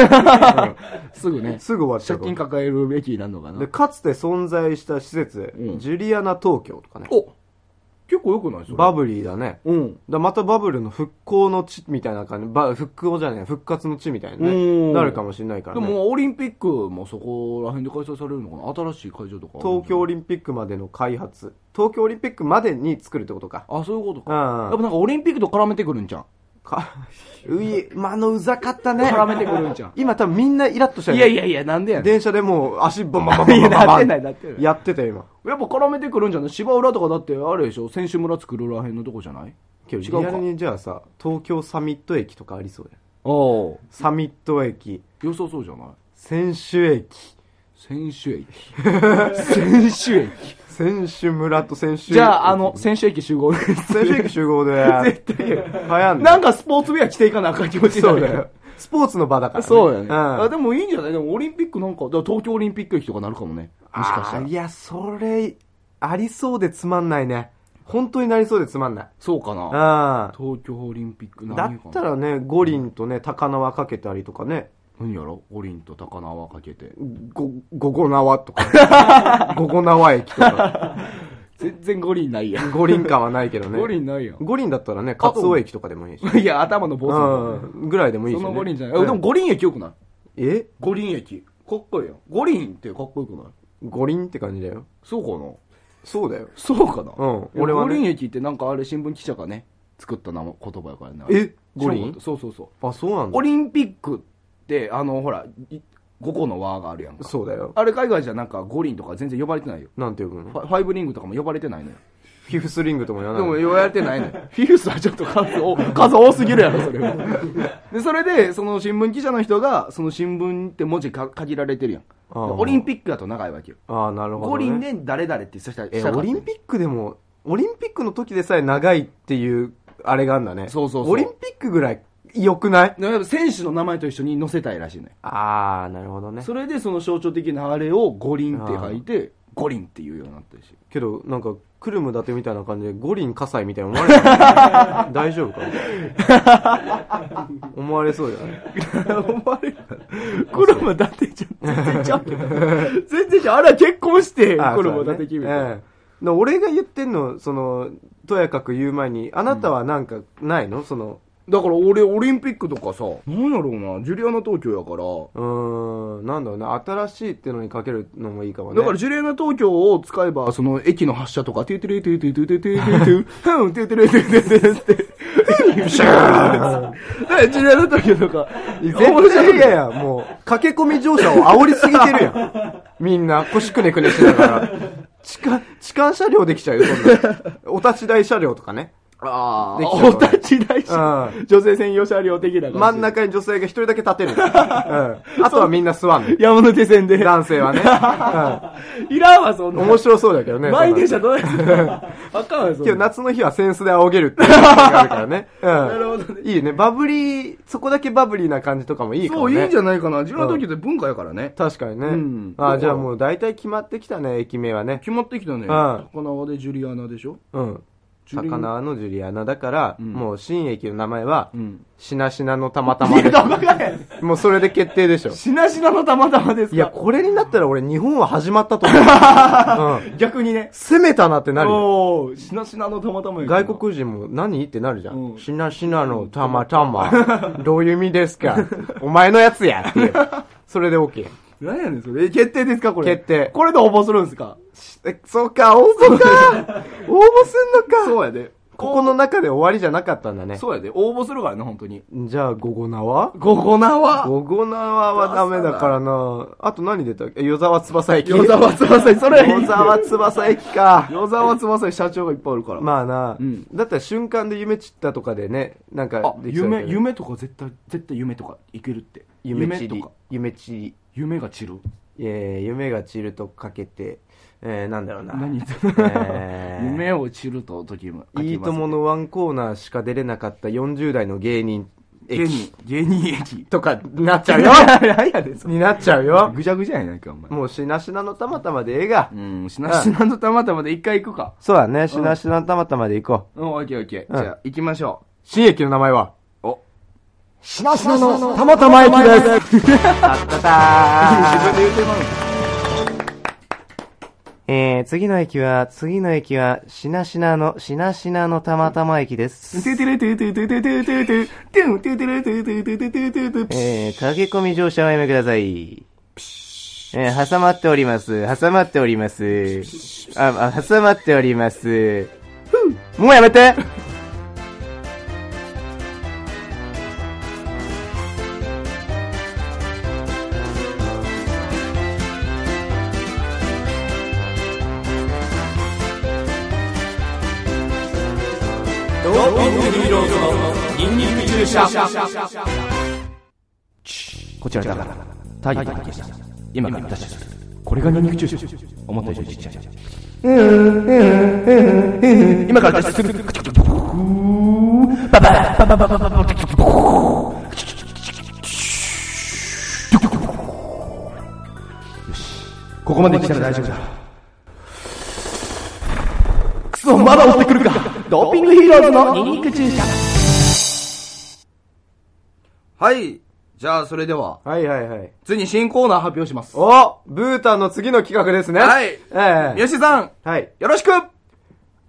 Speaker 2: すぐね。
Speaker 1: すぐ終わっちゃ
Speaker 3: 借
Speaker 1: うから。
Speaker 3: 金抱えるべきなのかな
Speaker 1: で、。かつて存在した施設、
Speaker 2: うん
Speaker 1: ジュリアナ東京とかね。
Speaker 2: お結構良くないそれ。
Speaker 1: バブリーだね。
Speaker 2: うん。
Speaker 1: だまたバブルの復興の地みたいな感じ、ば復興じゃない、復活の地みたいな
Speaker 2: う
Speaker 1: ね。
Speaker 2: ん
Speaker 1: なるかもしれないから
Speaker 2: で
Speaker 1: ね。
Speaker 2: も、オリンピックもそこら辺で開催されるのかな新しい会場とか。
Speaker 1: 東京オリンピックまでの開発。東京オリンピックまでに作るってことか。
Speaker 2: あ、そういうこと
Speaker 1: う
Speaker 2: か。やっぱ
Speaker 1: ん。
Speaker 2: なんかオリンピックと絡めてくるんじゃん。
Speaker 1: か、うい、間のうざかったね。
Speaker 2: 絡めてくるんじゃん。
Speaker 1: 今多分みんなイラッとした
Speaker 2: い
Speaker 1: よ
Speaker 2: や
Speaker 1: ね
Speaker 2: いやいや、なんでやねん。
Speaker 1: 電車でもう足バンバンバンバ
Speaker 2: い
Speaker 1: ンバ
Speaker 2: や、
Speaker 1: ン
Speaker 2: なっ
Speaker 1: バ
Speaker 2: て
Speaker 1: ン
Speaker 2: ない、なってない。
Speaker 1: やってたよ今
Speaker 2: やっぱ絡めてくるんじゃない芝浦とかだって、あれでしょ選手村作るら辺のとこじゃない
Speaker 1: けど
Speaker 2: 違うか
Speaker 1: リアルにじゃあさ東京サミット駅とかありそうだよ
Speaker 2: お
Speaker 1: サミット駅
Speaker 2: 良さそうじゃない
Speaker 1: 選手駅
Speaker 2: 選手駅。選手駅。
Speaker 1: 選手村と選手駅
Speaker 2: じゃあ、あの、選手駅集合です。
Speaker 1: 選手駅集合で
Speaker 2: 絶対や
Speaker 1: 流行んだ
Speaker 2: な
Speaker 1: よ
Speaker 2: んかスポーツウェア着ていかなあかん気持ちにな
Speaker 1: そう
Speaker 2: る
Speaker 1: だよスポーツの場だから、
Speaker 2: そうだよね。
Speaker 1: ん
Speaker 2: あでもいいんじゃないでもオリンピックなんか、だから東京オリンピック駅とかなるかもね。もしかした
Speaker 1: あ
Speaker 2: ら
Speaker 1: ーい。やそれありそうでつまんないね本当になりそうでつまんない
Speaker 2: そうかな。
Speaker 1: あ
Speaker 2: 東京オリンピック
Speaker 1: あ
Speaker 2: 何
Speaker 1: だ
Speaker 2: か
Speaker 1: っ
Speaker 2: な
Speaker 1: たらね五輪とね高輪かけたりとかね
Speaker 2: 何やろ五輪と高輪かけて。
Speaker 1: ごごご縄と かごご縄駅とか
Speaker 2: 全然五輪ないやん。
Speaker 1: 五輪感はないけどね。
Speaker 2: 五輪ないやん。
Speaker 1: 五輪だったらね、カツオ駅とかでもいいし。
Speaker 2: いや、頭の坊
Speaker 1: う
Speaker 2: 主。
Speaker 1: ん。ぐらいでもいいし、
Speaker 2: そ
Speaker 1: ね。
Speaker 2: の五輪じゃない。
Speaker 1: う
Speaker 2: え
Speaker 1: ん
Speaker 2: でも五輪駅よくない
Speaker 1: え
Speaker 2: 五輪駅。かっこいいよ。五輪ってかっこよくない
Speaker 1: 五輪って感じだよ。
Speaker 2: そうかな
Speaker 1: そうだよ。
Speaker 2: そうかな
Speaker 1: うん
Speaker 2: いや
Speaker 1: 俺は
Speaker 2: 五
Speaker 1: ね
Speaker 2: 輪駅ってなんかあれ新聞記者がね、作った名前言葉やからね。
Speaker 1: え五輪
Speaker 2: そうそうそう。
Speaker 1: あ、そうなんだ
Speaker 2: オ。リンピックって、あの、ほら、い5個の輪があるやんか。
Speaker 1: そうだよ。
Speaker 2: あれ海外じゃなんか五輪とか全然呼ばれてないよ。
Speaker 1: なんて呼ぶ
Speaker 2: フ
Speaker 1: の
Speaker 2: ァファイブリングとかも呼ばれてないのよ。
Speaker 1: フィフスリングとも言わ
Speaker 2: で
Speaker 1: ない
Speaker 2: も
Speaker 1: の。
Speaker 2: 呼ばれてない のよ。フィフスはちょっと数多 数多すぎるやろ、それは。で、それで、その新聞記者の人が、その新聞って文字か限られてるやん。で
Speaker 1: あー
Speaker 2: オリンピックだと長いわけよ。
Speaker 1: ああ、なるほど、ね。
Speaker 2: 五輪。で誰々ってした
Speaker 1: え、
Speaker 2: した
Speaker 1: オリン
Speaker 2: ッ
Speaker 1: ピックでも、オリンピックの時でさえ長いっていう、あれがあんだね。
Speaker 2: そうそうそう
Speaker 1: オリンピックぐらい、良くない
Speaker 2: ク選手の名前と一緒に載せたいらしいのよ。
Speaker 1: ああ、なるほどね。
Speaker 2: それでその象徴的なあれを五輪って書いて、五輪っていうようになったりして
Speaker 1: けど、なんか、クルム伊達みたいな感じで、五輪火災みたいに思われない。 大丈夫か 思われそうじゃない
Speaker 2: 思われるクロム伊達ちゃん全然ちゃうけど全然ちゃうあれは結婚して
Speaker 1: あ
Speaker 2: クロム伊
Speaker 1: そうだね
Speaker 2: 達君みたいな、
Speaker 1: ええで俺が言ってんの、その、とやかく言う前に、あなたはなんか、ないのその、
Speaker 2: だから俺オリンピックとかさ何やろうなジュリアナ東京やから
Speaker 1: うーん、なんだろうね、新しいっていうのにかけるのもいいかもね。
Speaker 2: だからジュリアナ東京を使えばその駅の発車とか「テュテレテュテュテュテュテュテュテュうんテュテレテュテュテュテュ」ってシャーだからジュリアナ東京とか
Speaker 1: 絶対いやいや、もう、駆け込み乗車を煽りすぎてるや ん。みんな、腰くねくねしながら。痴漢、痴漢車両できちゃうよ、そんな。お立ち台車両とかね。
Speaker 2: あ
Speaker 1: でき
Speaker 2: あお立ち台車
Speaker 1: う
Speaker 2: 女性専用車両的な感じ
Speaker 1: 真ん中に女性が一人だけ立てる。うん。あとはみんな座んの。
Speaker 2: 山手線で
Speaker 1: 男性はね。
Speaker 2: いらんわそん
Speaker 1: うん。
Speaker 2: な
Speaker 1: 面白そうだけどね。
Speaker 2: 満員電
Speaker 1: そん
Speaker 2: 車どうやってあかんわそん
Speaker 1: なけど
Speaker 2: な
Speaker 1: 夏の日はセンスで仰げるっていうのがあるからね。うん。な
Speaker 2: るほどね
Speaker 1: いいね。バブリー、そこだけバブリーな感じとかもいいか
Speaker 2: そ
Speaker 1: も
Speaker 2: う
Speaker 1: ね。
Speaker 2: いいんじゃないかなジュリアナ東京って文化やからね
Speaker 1: 確かにね。
Speaker 2: うん
Speaker 1: あ、じゃあもう大体決まってきたね、駅名はね。
Speaker 2: 決まってきたね
Speaker 1: うん
Speaker 2: 高輪でジュリアナでしょ
Speaker 1: うん。
Speaker 2: ジュリ
Speaker 1: 高輪のジュリアナだから、もう新駅の名前は、
Speaker 2: ん
Speaker 1: しなしなのたまたまで。もうそれで決定でしょ。
Speaker 2: しなしなのたまたまですか
Speaker 1: いや、これになったら俺日本は始まったと 思う。うん。
Speaker 2: 逆にね
Speaker 1: 攻めたなってなるよ。
Speaker 2: おおしなしなのたまたまやけど
Speaker 1: 外国人も何ってなるじゃ
Speaker 2: うん
Speaker 1: ん。しなしなのたまたま。 どういう意味ですかお前のやつやっていう。それで OK。
Speaker 2: 何やねんそれえ決定ですかこれ
Speaker 1: 決定
Speaker 2: これで応募するんですか
Speaker 1: え、そうか、応募か応募すんのか
Speaker 2: そうやで
Speaker 1: ここの中で終わりじゃなかったんだね。
Speaker 2: そうやで応募するからね本当に
Speaker 1: じゃあ、午後なは
Speaker 2: ゴゴナは
Speaker 1: ゴゴナワはダメだからなあと何出たえ、与沢翼駅。
Speaker 2: 与沢翼駅それ
Speaker 1: 与沢翼駅か。
Speaker 2: 与沢翼に社長がいっぱいあるから
Speaker 1: まあな、
Speaker 2: うん
Speaker 1: だったら瞬間で夢散ったとかでね、なんか
Speaker 2: あ
Speaker 1: できそうだ
Speaker 2: 夢
Speaker 1: けど、
Speaker 2: 夢とか絶対絶対夢とかいけるって
Speaker 1: 夢散
Speaker 2: と
Speaker 1: り
Speaker 2: か。
Speaker 1: 夢散り。
Speaker 2: 夢が散る
Speaker 1: えー、夢が散るとかけて、えー、なんだろうな。
Speaker 2: 何言ってんの
Speaker 1: えー
Speaker 2: 夢を散ると時も
Speaker 1: いいとものワンコーナーしか出れなかった40代の芸人
Speaker 2: 芸
Speaker 1: 駅
Speaker 2: 人芸人駅
Speaker 1: とかになっちゃう よ
Speaker 2: 何やでそれ
Speaker 1: になっちゃうよ
Speaker 2: ぐちゃぐちゃやないかお前
Speaker 1: もうしなしなのたまたまでええが。
Speaker 2: うんしなしなのたまたまで一回行くか
Speaker 1: そうだね、しなしなのたまたまで行こう。
Speaker 2: うんオッケーオッケ
Speaker 1: う
Speaker 2: ー
Speaker 1: ん
Speaker 2: じゃあ行きましょ
Speaker 1: 新駅の名前は
Speaker 2: うお
Speaker 3: しなしなのたまたま駅です。
Speaker 1: あったた
Speaker 2: 自分で言うてまう
Speaker 1: えー、次の駅は、次の駅は、しなしなの、しなしなのたまたま駅です。
Speaker 2: ててれててててててててんててれてててててててて
Speaker 1: えー、駆け込み乗車はやめください。えー、挟まっております。挟まっております。あ、あ挟まっております。もうやめて
Speaker 4: こちらだから太陽の消した今から出したこれがニンニク注射思った以上にちっちゃい今から脱出するここまで来たら大丈夫だクソまだ追ってくるかドーピングヒーローズのニンニク注射
Speaker 2: はいじゃあそれでは
Speaker 1: はいはいはい。
Speaker 2: ついに新コーナー発表します
Speaker 1: おブータンの次の企画ですね。
Speaker 2: はい
Speaker 1: えー、
Speaker 2: 吉さん
Speaker 1: はい。
Speaker 2: よろしく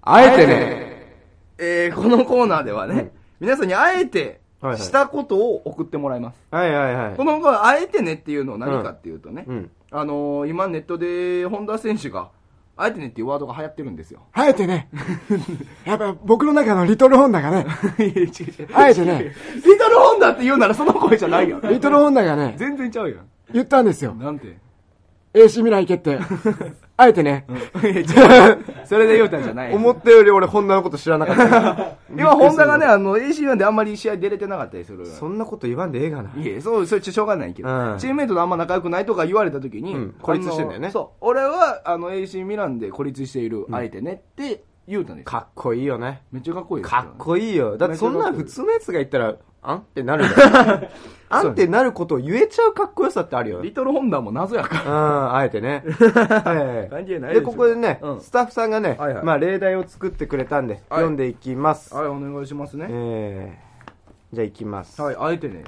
Speaker 1: あえてね。
Speaker 2: えーこのコーナーではね皆さんにあえて
Speaker 1: はいはい
Speaker 2: したことを送ってもらいます
Speaker 1: はいはいはい
Speaker 2: こ。のコーナーあえてねっていうのは何かっていうとね
Speaker 1: うん。
Speaker 2: あのー今ネットで本田選手があえてねっていうワードが流行ってるんですよ
Speaker 3: あえてね。やっぱ僕の中のリトルホンダがね、
Speaker 2: いや違う違う
Speaker 3: あえてね、
Speaker 2: リトルホンダって言うならその声じゃないやん
Speaker 3: リトルホンダがね、
Speaker 2: 全然ちゃうやん
Speaker 3: 言ったんですよ。
Speaker 2: なんて
Speaker 3: AC 未来決定。あえてね。
Speaker 2: それで言うたんじゃない
Speaker 1: 思ったより俺、ホンダのこと知らなかった。
Speaker 2: 今ホンダがねあの AC1 であんまり試合出れてなかったりする
Speaker 1: そんなこと言わんでええがな。
Speaker 2: いえそうそれしょうがないけど、
Speaker 1: うん
Speaker 2: チームメイトとあんま仲良くないとか言われた時に、
Speaker 1: うん孤立してんだよね
Speaker 2: あのそう俺はあの AC ミランで孤立している相手ねって言うたね。
Speaker 1: かっこいいよね。
Speaker 2: めっちゃかっこいいよ。
Speaker 1: かっこいいよ。だってそんな普通のやつが言ったら、あんって なるじゃん。あんってなることを言えちゃうかっこよさってあるよね。
Speaker 2: リトルホンダも謎やから。
Speaker 1: うん、あえて ね。はい。
Speaker 2: 関係ない
Speaker 1: で、
Speaker 2: でしょ
Speaker 1: ここでね、
Speaker 2: うん
Speaker 1: スタッフさんがね、
Speaker 2: はいはい
Speaker 1: まあ、例題を作ってくれたんで、読んでいきます。
Speaker 2: はい、お願いしますね。
Speaker 1: えー、じゃあいきます。
Speaker 2: はい、あえてね。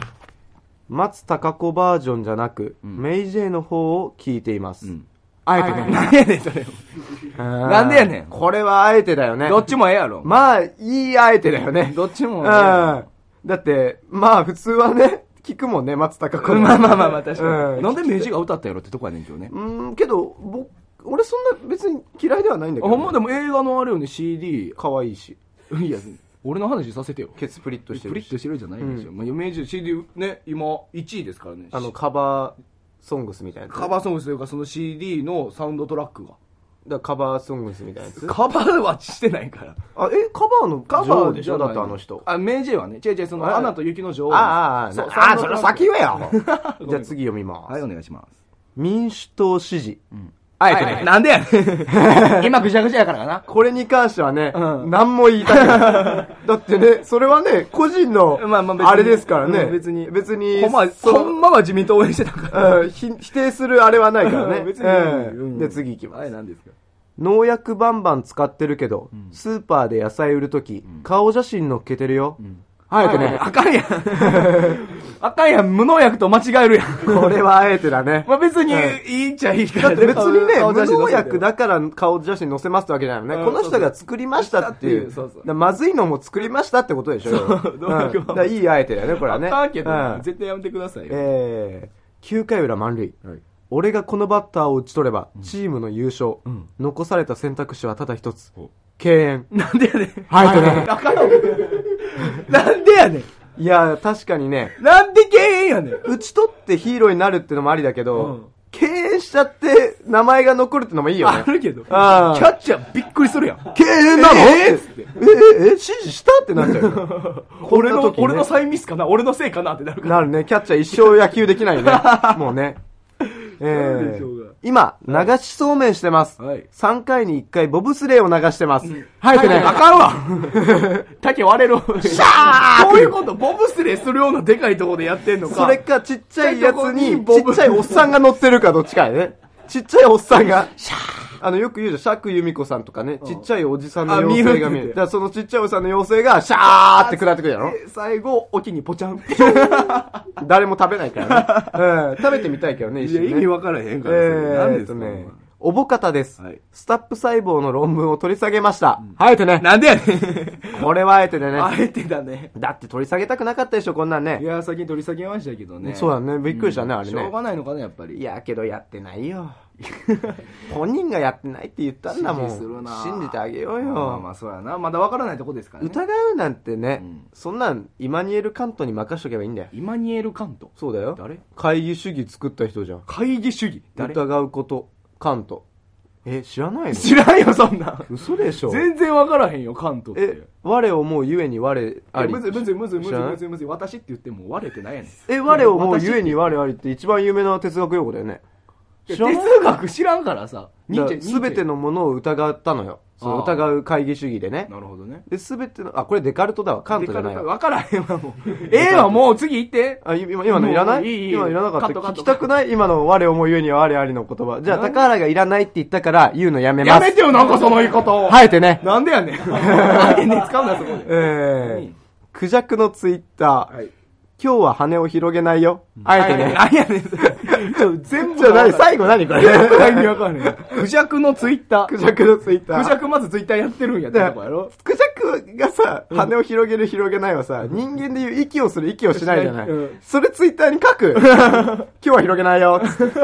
Speaker 1: 松たか子バージョンじゃなく、メイジェイの方を聞いています。
Speaker 2: うん
Speaker 1: あえてだよね。
Speaker 2: なんやねん、それ。
Speaker 1: なん
Speaker 2: でやねん
Speaker 1: これはあえてだよね。
Speaker 2: どっちもええやろ。
Speaker 1: まあ、いいあえてだよね。
Speaker 2: どっちも
Speaker 1: うん。
Speaker 2: ええやろ。
Speaker 1: だって、まあ普通はね、聞くもんね、松たか子の
Speaker 2: まあまあまあまあ、確か
Speaker 1: う
Speaker 2: に。
Speaker 1: ん
Speaker 2: なんで明治が歌ったやろってとこやねんけどね。
Speaker 1: うん、けど、僕、俺そんな別に嫌いではないんだけど、
Speaker 2: ほんまでも映画のあれよね、CD。
Speaker 1: 可愛いし、
Speaker 2: いや、俺の話させてよ。
Speaker 1: ケツプリッとして
Speaker 2: プ
Speaker 1: る
Speaker 2: リ
Speaker 1: し
Speaker 2: ッ。としてるじゃないんですよ。まあ、明治 CD ね、今1位ですからね。
Speaker 1: あの、カバーソングスみたいなやつ。
Speaker 2: カバーソングスというか、その CD のサウンドトラックが。
Speaker 1: だからカバーソングスみたいなやつ。
Speaker 2: カバーはしてないから。
Speaker 1: あ、え、カバーのカ
Speaker 2: カバ
Speaker 1: バ
Speaker 2: ー
Speaker 1: ーでしょだってあの人。
Speaker 2: あ、明治はね。違う違う、その、アナと雪の女王。
Speaker 1: ああ、ああ、ああ、
Speaker 2: う
Speaker 1: それ。先
Speaker 2: サウンドトラック
Speaker 1: 言えよ
Speaker 2: ごめん
Speaker 1: じゃあ次読みます。
Speaker 2: はい、お願いします。
Speaker 1: 民主党支持。あえてね。
Speaker 2: なんでやね ん。今ぐちゃぐちゃやからかな。
Speaker 1: これに関してはね、
Speaker 2: うん
Speaker 1: 何も言いたく ない。だってね、それはね、個人の
Speaker 2: まあまあ別、に
Speaker 1: あれですからね。
Speaker 2: うん別に
Speaker 1: 別に、
Speaker 2: ほんま、
Speaker 1: そ
Speaker 2: ほんまは自民党応援してたから。
Speaker 1: うんひ否定するあれはないからね。
Speaker 2: 別に
Speaker 1: う
Speaker 2: うん
Speaker 1: んで、次行きま
Speaker 2: はい、
Speaker 1: す。
Speaker 2: 何ですか
Speaker 1: 農薬バンバン使ってるけど、スーパーで野菜売るとき、顔写真載っけてるよ。あえてね。
Speaker 2: あかんや ん。あかんやん、無農薬と間違えるやん。
Speaker 1: これはあえてだね。
Speaker 2: まあ別に
Speaker 1: うん
Speaker 2: いいっちゃいいか
Speaker 1: だっ
Speaker 2: ら。
Speaker 1: て別にね、
Speaker 2: 顔出
Speaker 1: 無
Speaker 2: してどう
Speaker 1: 農
Speaker 2: するんだよ
Speaker 1: 薬だから顔写真載せますってわけじゃないよ
Speaker 2: う
Speaker 1: ね。
Speaker 2: ん
Speaker 1: この人が作りましたってい
Speaker 2: そう
Speaker 1: う。
Speaker 2: そうそう
Speaker 1: だからまずいのも作りましたってことでしょ。
Speaker 2: そう農薬
Speaker 1: う
Speaker 2: は
Speaker 1: んだからいいあえてだよね、これはね。
Speaker 2: あかんけどね
Speaker 1: うん
Speaker 2: 絶対やめてくださいよ。
Speaker 1: えー、9回裏満塁、
Speaker 2: はい
Speaker 1: 俺がこのバッターを打ち取れば、チームの優勝、残された選択肢はただ一つ、敬遠。
Speaker 2: なんでやねん。
Speaker 1: はい、 ね、
Speaker 2: あかんやんなんでやねん。
Speaker 1: いや、確かにね、
Speaker 2: なんで敬遠やねん。
Speaker 1: 打ち取ってヒーローになるってのもありだけど、
Speaker 2: うん
Speaker 1: 敬遠しちゃって名前が残るってのもいいよ
Speaker 2: あ
Speaker 1: ね。
Speaker 2: るけど。キ
Speaker 1: あー
Speaker 2: ャッチャーびっくりするやん。
Speaker 1: 敬遠なの
Speaker 2: えー
Speaker 1: ってええ、え、指示したってなっちゃう よ。
Speaker 2: 俺
Speaker 1: こんな
Speaker 2: の、
Speaker 1: 時にね
Speaker 2: 俺のサインミスかな俺のせいかなってなるから。
Speaker 1: なるね。キャッチャー一生野球でき ないね。もうね。え
Speaker 2: るでしょう
Speaker 1: ー、
Speaker 2: が
Speaker 1: 今、流しそうめんしてます。
Speaker 2: はい
Speaker 1: 3回に1回ボブスレーを流してます。はい、てね。
Speaker 2: あかんわ。 竹割れろ。シャーこういうこと、ボブスレーするようなでかいとこでやってんのか。
Speaker 1: それか、ちっちゃいやつに、
Speaker 2: ボ
Speaker 1: ち
Speaker 2: ブ
Speaker 1: っちゃいおっさんが乗ってるかどっちかや ね。ちっちゃいおっさんが、あの、よく言うじゃん、釈由美子さんとかね、ちっちゃいおじさんの
Speaker 2: あ見え
Speaker 1: 妖
Speaker 2: る
Speaker 1: 精が見える。だからそのちっちゃいおじさんの妖精が、シャーって下ってくるやろ
Speaker 2: で最後、おきにポチャン。
Speaker 1: 誰も食べない からね。うん、食べてみたいけどね、一
Speaker 2: いや、
Speaker 1: 瞬
Speaker 2: 意
Speaker 1: ね
Speaker 2: 味。分からへんから。
Speaker 1: えーっ
Speaker 2: そ
Speaker 1: と
Speaker 2: れ何
Speaker 1: ね
Speaker 2: ですか、
Speaker 1: おぼかたです
Speaker 2: はい。
Speaker 1: スタップ細胞の論文を取り下げました。あえてね。
Speaker 2: なんでやね ん。
Speaker 1: これはあえてでね。
Speaker 2: あえてだね。
Speaker 1: だって取り下げたくなかったでしょ、こんなん
Speaker 2: い
Speaker 1: ね。
Speaker 2: や、先に取り下げましたけどね。
Speaker 1: そうだね、びっくりしたね、あれ
Speaker 2: しょう
Speaker 1: ね。
Speaker 2: がないのかな、やっぱり。
Speaker 1: いや、けどやってないよ。 本人がやってないって言ったんだもん。
Speaker 2: 信じするな
Speaker 1: 信じてあげようよ。
Speaker 2: まあまあ、そうやな。まだ分からないとこですからね。
Speaker 1: 疑うなんてね、そんなん、イマニュエル・カントに任しとけばいいんだよ。
Speaker 2: イマニュエル・カント。
Speaker 1: そうだよ。
Speaker 2: 誰
Speaker 1: 会議主義作った人じゃん。
Speaker 2: 会議主義。誰
Speaker 1: 疑うこと、カント。え、知らないの
Speaker 2: 知らんよ、そんなん。
Speaker 1: 嘘でしょ
Speaker 2: 全然分からへんよ、カントって。
Speaker 1: え、我を思うゆえに我
Speaker 2: いや
Speaker 1: あり。
Speaker 2: むずいむずいむずいむず
Speaker 1: 知
Speaker 2: い
Speaker 1: らない
Speaker 2: むずいむずい私って言っても割れてないやねん
Speaker 1: え、我を思うゆえに我ありって一番有名な哲学用語だよね。知らない
Speaker 2: 哲学知らんからさ
Speaker 1: すべてのものを疑ったのよ。その
Speaker 2: あー
Speaker 1: 疑う会議主義でね。
Speaker 2: なるほどね
Speaker 1: で、すべての、あ、これデカルトだわ。カントじゃないわ。
Speaker 2: 分からへん わもうええわもう次行って
Speaker 1: あ、今、今のいらな
Speaker 2: もういいいい
Speaker 1: い今のいらなかった。
Speaker 2: カットカッ
Speaker 1: 聞
Speaker 2: ト
Speaker 1: きたくない今の我を思うゆえに我ありの言葉。じゃあ、
Speaker 2: なん
Speaker 1: 高原がいらないって言ったから言うのやめ
Speaker 2: や
Speaker 1: ま
Speaker 2: め
Speaker 1: す。
Speaker 2: てよなんかその言い方を
Speaker 1: 生えてね。
Speaker 2: なんでや ねんなんでね使うんだそこで
Speaker 1: え
Speaker 2: う
Speaker 1: ー
Speaker 2: ん、
Speaker 1: クジャクのツイッター。
Speaker 2: はい
Speaker 1: 今日は羽を広げないよ。あえてね。
Speaker 2: 何やねんそれちょ全部
Speaker 1: じゃあ何
Speaker 2: 分からん
Speaker 1: 最後何これ
Speaker 2: 全部意味分から へんクジャクのツイッター
Speaker 1: クジャクのツイッター。
Speaker 2: クジャクまずツイッターやってるんやってとこやろ
Speaker 1: クジャクがさ、羽を広げる広げないはさ、人間でいう息をする息をしないじゃない。
Speaker 2: うん
Speaker 1: それツイッターに書く。今日は広げないよ。つって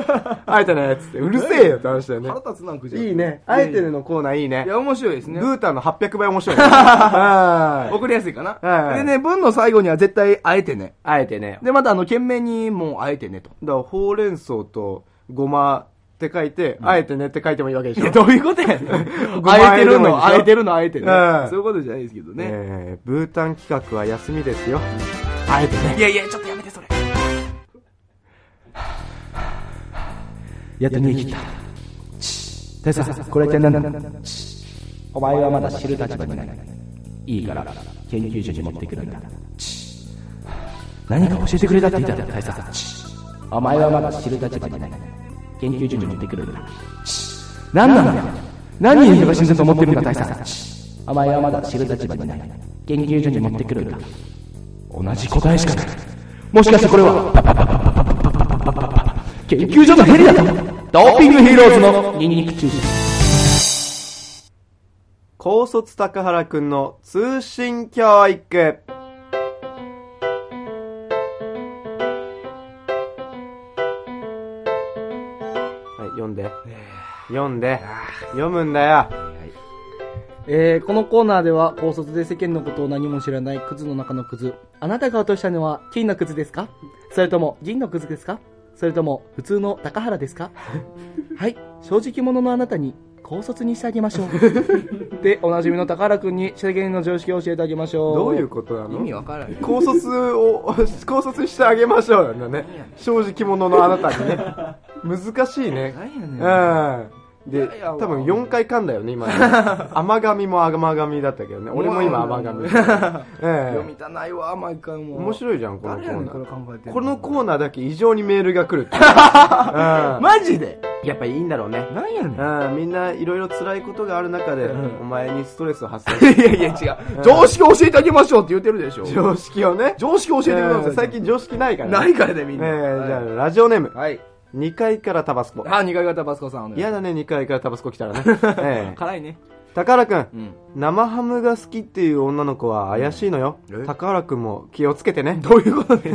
Speaker 1: あえてね、つって。うるせえよって話だよね。
Speaker 2: 腹立つなクジャ ク
Speaker 1: いいね。あえてねのコーナーいいね
Speaker 2: い。や面白いです
Speaker 1: ブ
Speaker 2: ね
Speaker 1: ータンの800倍面白いね。はーい
Speaker 2: 送りやすいかな、
Speaker 1: はいはい
Speaker 2: でね文の最後には絶対あえてね
Speaker 1: あえてね。だか
Speaker 2: でまたあの懸命にもうあえてねと
Speaker 1: らほうれん草とごまって書いて、あえてねって書いてもいいわけでし
Speaker 2: い
Speaker 1: ょ。
Speaker 2: や、どういうことやねん。
Speaker 1: ごま
Speaker 2: あ
Speaker 1: あえ
Speaker 2: えて
Speaker 1: で
Speaker 2: る
Speaker 1: もいいでし
Speaker 2: の、
Speaker 1: ょ
Speaker 2: あえてるの、あえてる
Speaker 1: う
Speaker 2: の。
Speaker 1: ん
Speaker 2: そういうことじゃないですけどね。
Speaker 1: えーブータン企画は休みですよ。あえてね。
Speaker 2: いやいや、ちょっとやめて、それ。
Speaker 4: やっと逃げ切った。大佐、これは一体何だお前はまだ知る立場にないいいから研究所に持ってくるんだチッ何か教えてくれたって言ったら大佐チッお前はまだ知る立場にない研究所に持ってくるんだチッ何なんだよ何人いれば死んだと思ってるんだ大佐チッお前はまだ知る立場にない研究所に持ってくるんだ同じ答えしかないもしかしてこれは研究所のヘリだとドーピングヒーローズのニンニク注射
Speaker 1: 高卒高原くんの通信教育。はい、読んで。読んで。読むんだよ。
Speaker 5: えーこのコーナーでは高卒で世間のことを何も知らないクズの中のクズあなたが落としたのは金のクズですかそれとも銀のクズですかそれとも普通の高原ですか はい正直者のあなたに高卒にしてあげましょ うでおなじみの高原君に世間の常識を教えてあげましょう
Speaker 1: どういうことなの
Speaker 2: 意味わからんよ
Speaker 1: 高卒を、 高卒してあげましょうなんだね。正直者のあなたにね。難しいね。うん。で、多分4回噛んだよね、今 ね。甘髪も甘髪だったけどね。俺 も今甘髪。
Speaker 2: 読
Speaker 1: え
Speaker 2: みたないわ毎回も
Speaker 1: え
Speaker 2: う
Speaker 1: 面白いじゃん、このコ
Speaker 2: 誰やねんこれ
Speaker 1: ー
Speaker 2: 考えて
Speaker 1: ナー。こ
Speaker 2: んの
Speaker 1: のコーナーだけ異常にメールが 来るっていう。うん
Speaker 2: マジで
Speaker 1: やっぱいいんだろうね。
Speaker 2: なんやねん
Speaker 1: うん、みんないろいろ辛いことがある中で、お前にストレスを発散
Speaker 2: いやいや違う常識教えてあげましょうって言ってるでしょ
Speaker 1: 常識をね。
Speaker 2: 常識教えてくださ
Speaker 1: う
Speaker 2: い
Speaker 1: ん最近常識ないからね。
Speaker 2: ないからねみ
Speaker 1: え
Speaker 2: ん
Speaker 1: ー
Speaker 2: な
Speaker 1: じゃあ、ラジオネーム。
Speaker 2: はい
Speaker 1: 2階からタバスコ。
Speaker 2: あ二階型バスコさんお願い
Speaker 1: 嫌だね、2階からタバスコ来たらね。 ええ
Speaker 2: 辛いね
Speaker 1: 高原くん,、
Speaker 2: ん
Speaker 1: 生ハムが好きっていう女の子は怪しいのよ。
Speaker 2: え
Speaker 1: 高原くんも気をつけてね。
Speaker 2: どういうこと ね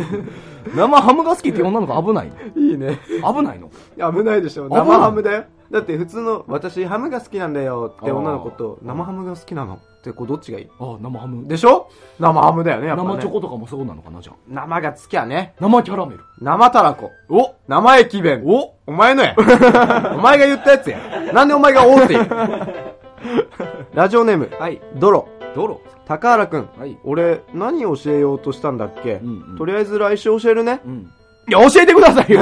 Speaker 2: 生ハムが好きって女の子危ないの
Speaker 1: いいね。
Speaker 2: 危ないの
Speaker 1: 危ないでしょ。
Speaker 2: ない
Speaker 1: 生ハムだよ。だって普通の、私ハムが好きなんだよって女の子と、生ハムが好きなのって、こうどっちがいい
Speaker 2: あ生ハム
Speaker 1: でしょ生ハムだよね、やっぱ、ね。
Speaker 2: 生チョコとかもそうなのかなじゃあ
Speaker 1: 生がつきゃね。
Speaker 2: 生キャラメル
Speaker 1: 生たらこ。
Speaker 2: お
Speaker 1: 生駅弁。おお前 のや。お前が言ったやつや。なんでお前がおうって言う ラジオネーム。
Speaker 2: はい
Speaker 1: ドロ。
Speaker 2: ドロ
Speaker 1: 高原くん。
Speaker 2: はい
Speaker 1: 俺、何教えようとしたんだっけ、
Speaker 2: んうん
Speaker 1: とりあえず来週教えるね。
Speaker 2: うんいや教えてください よ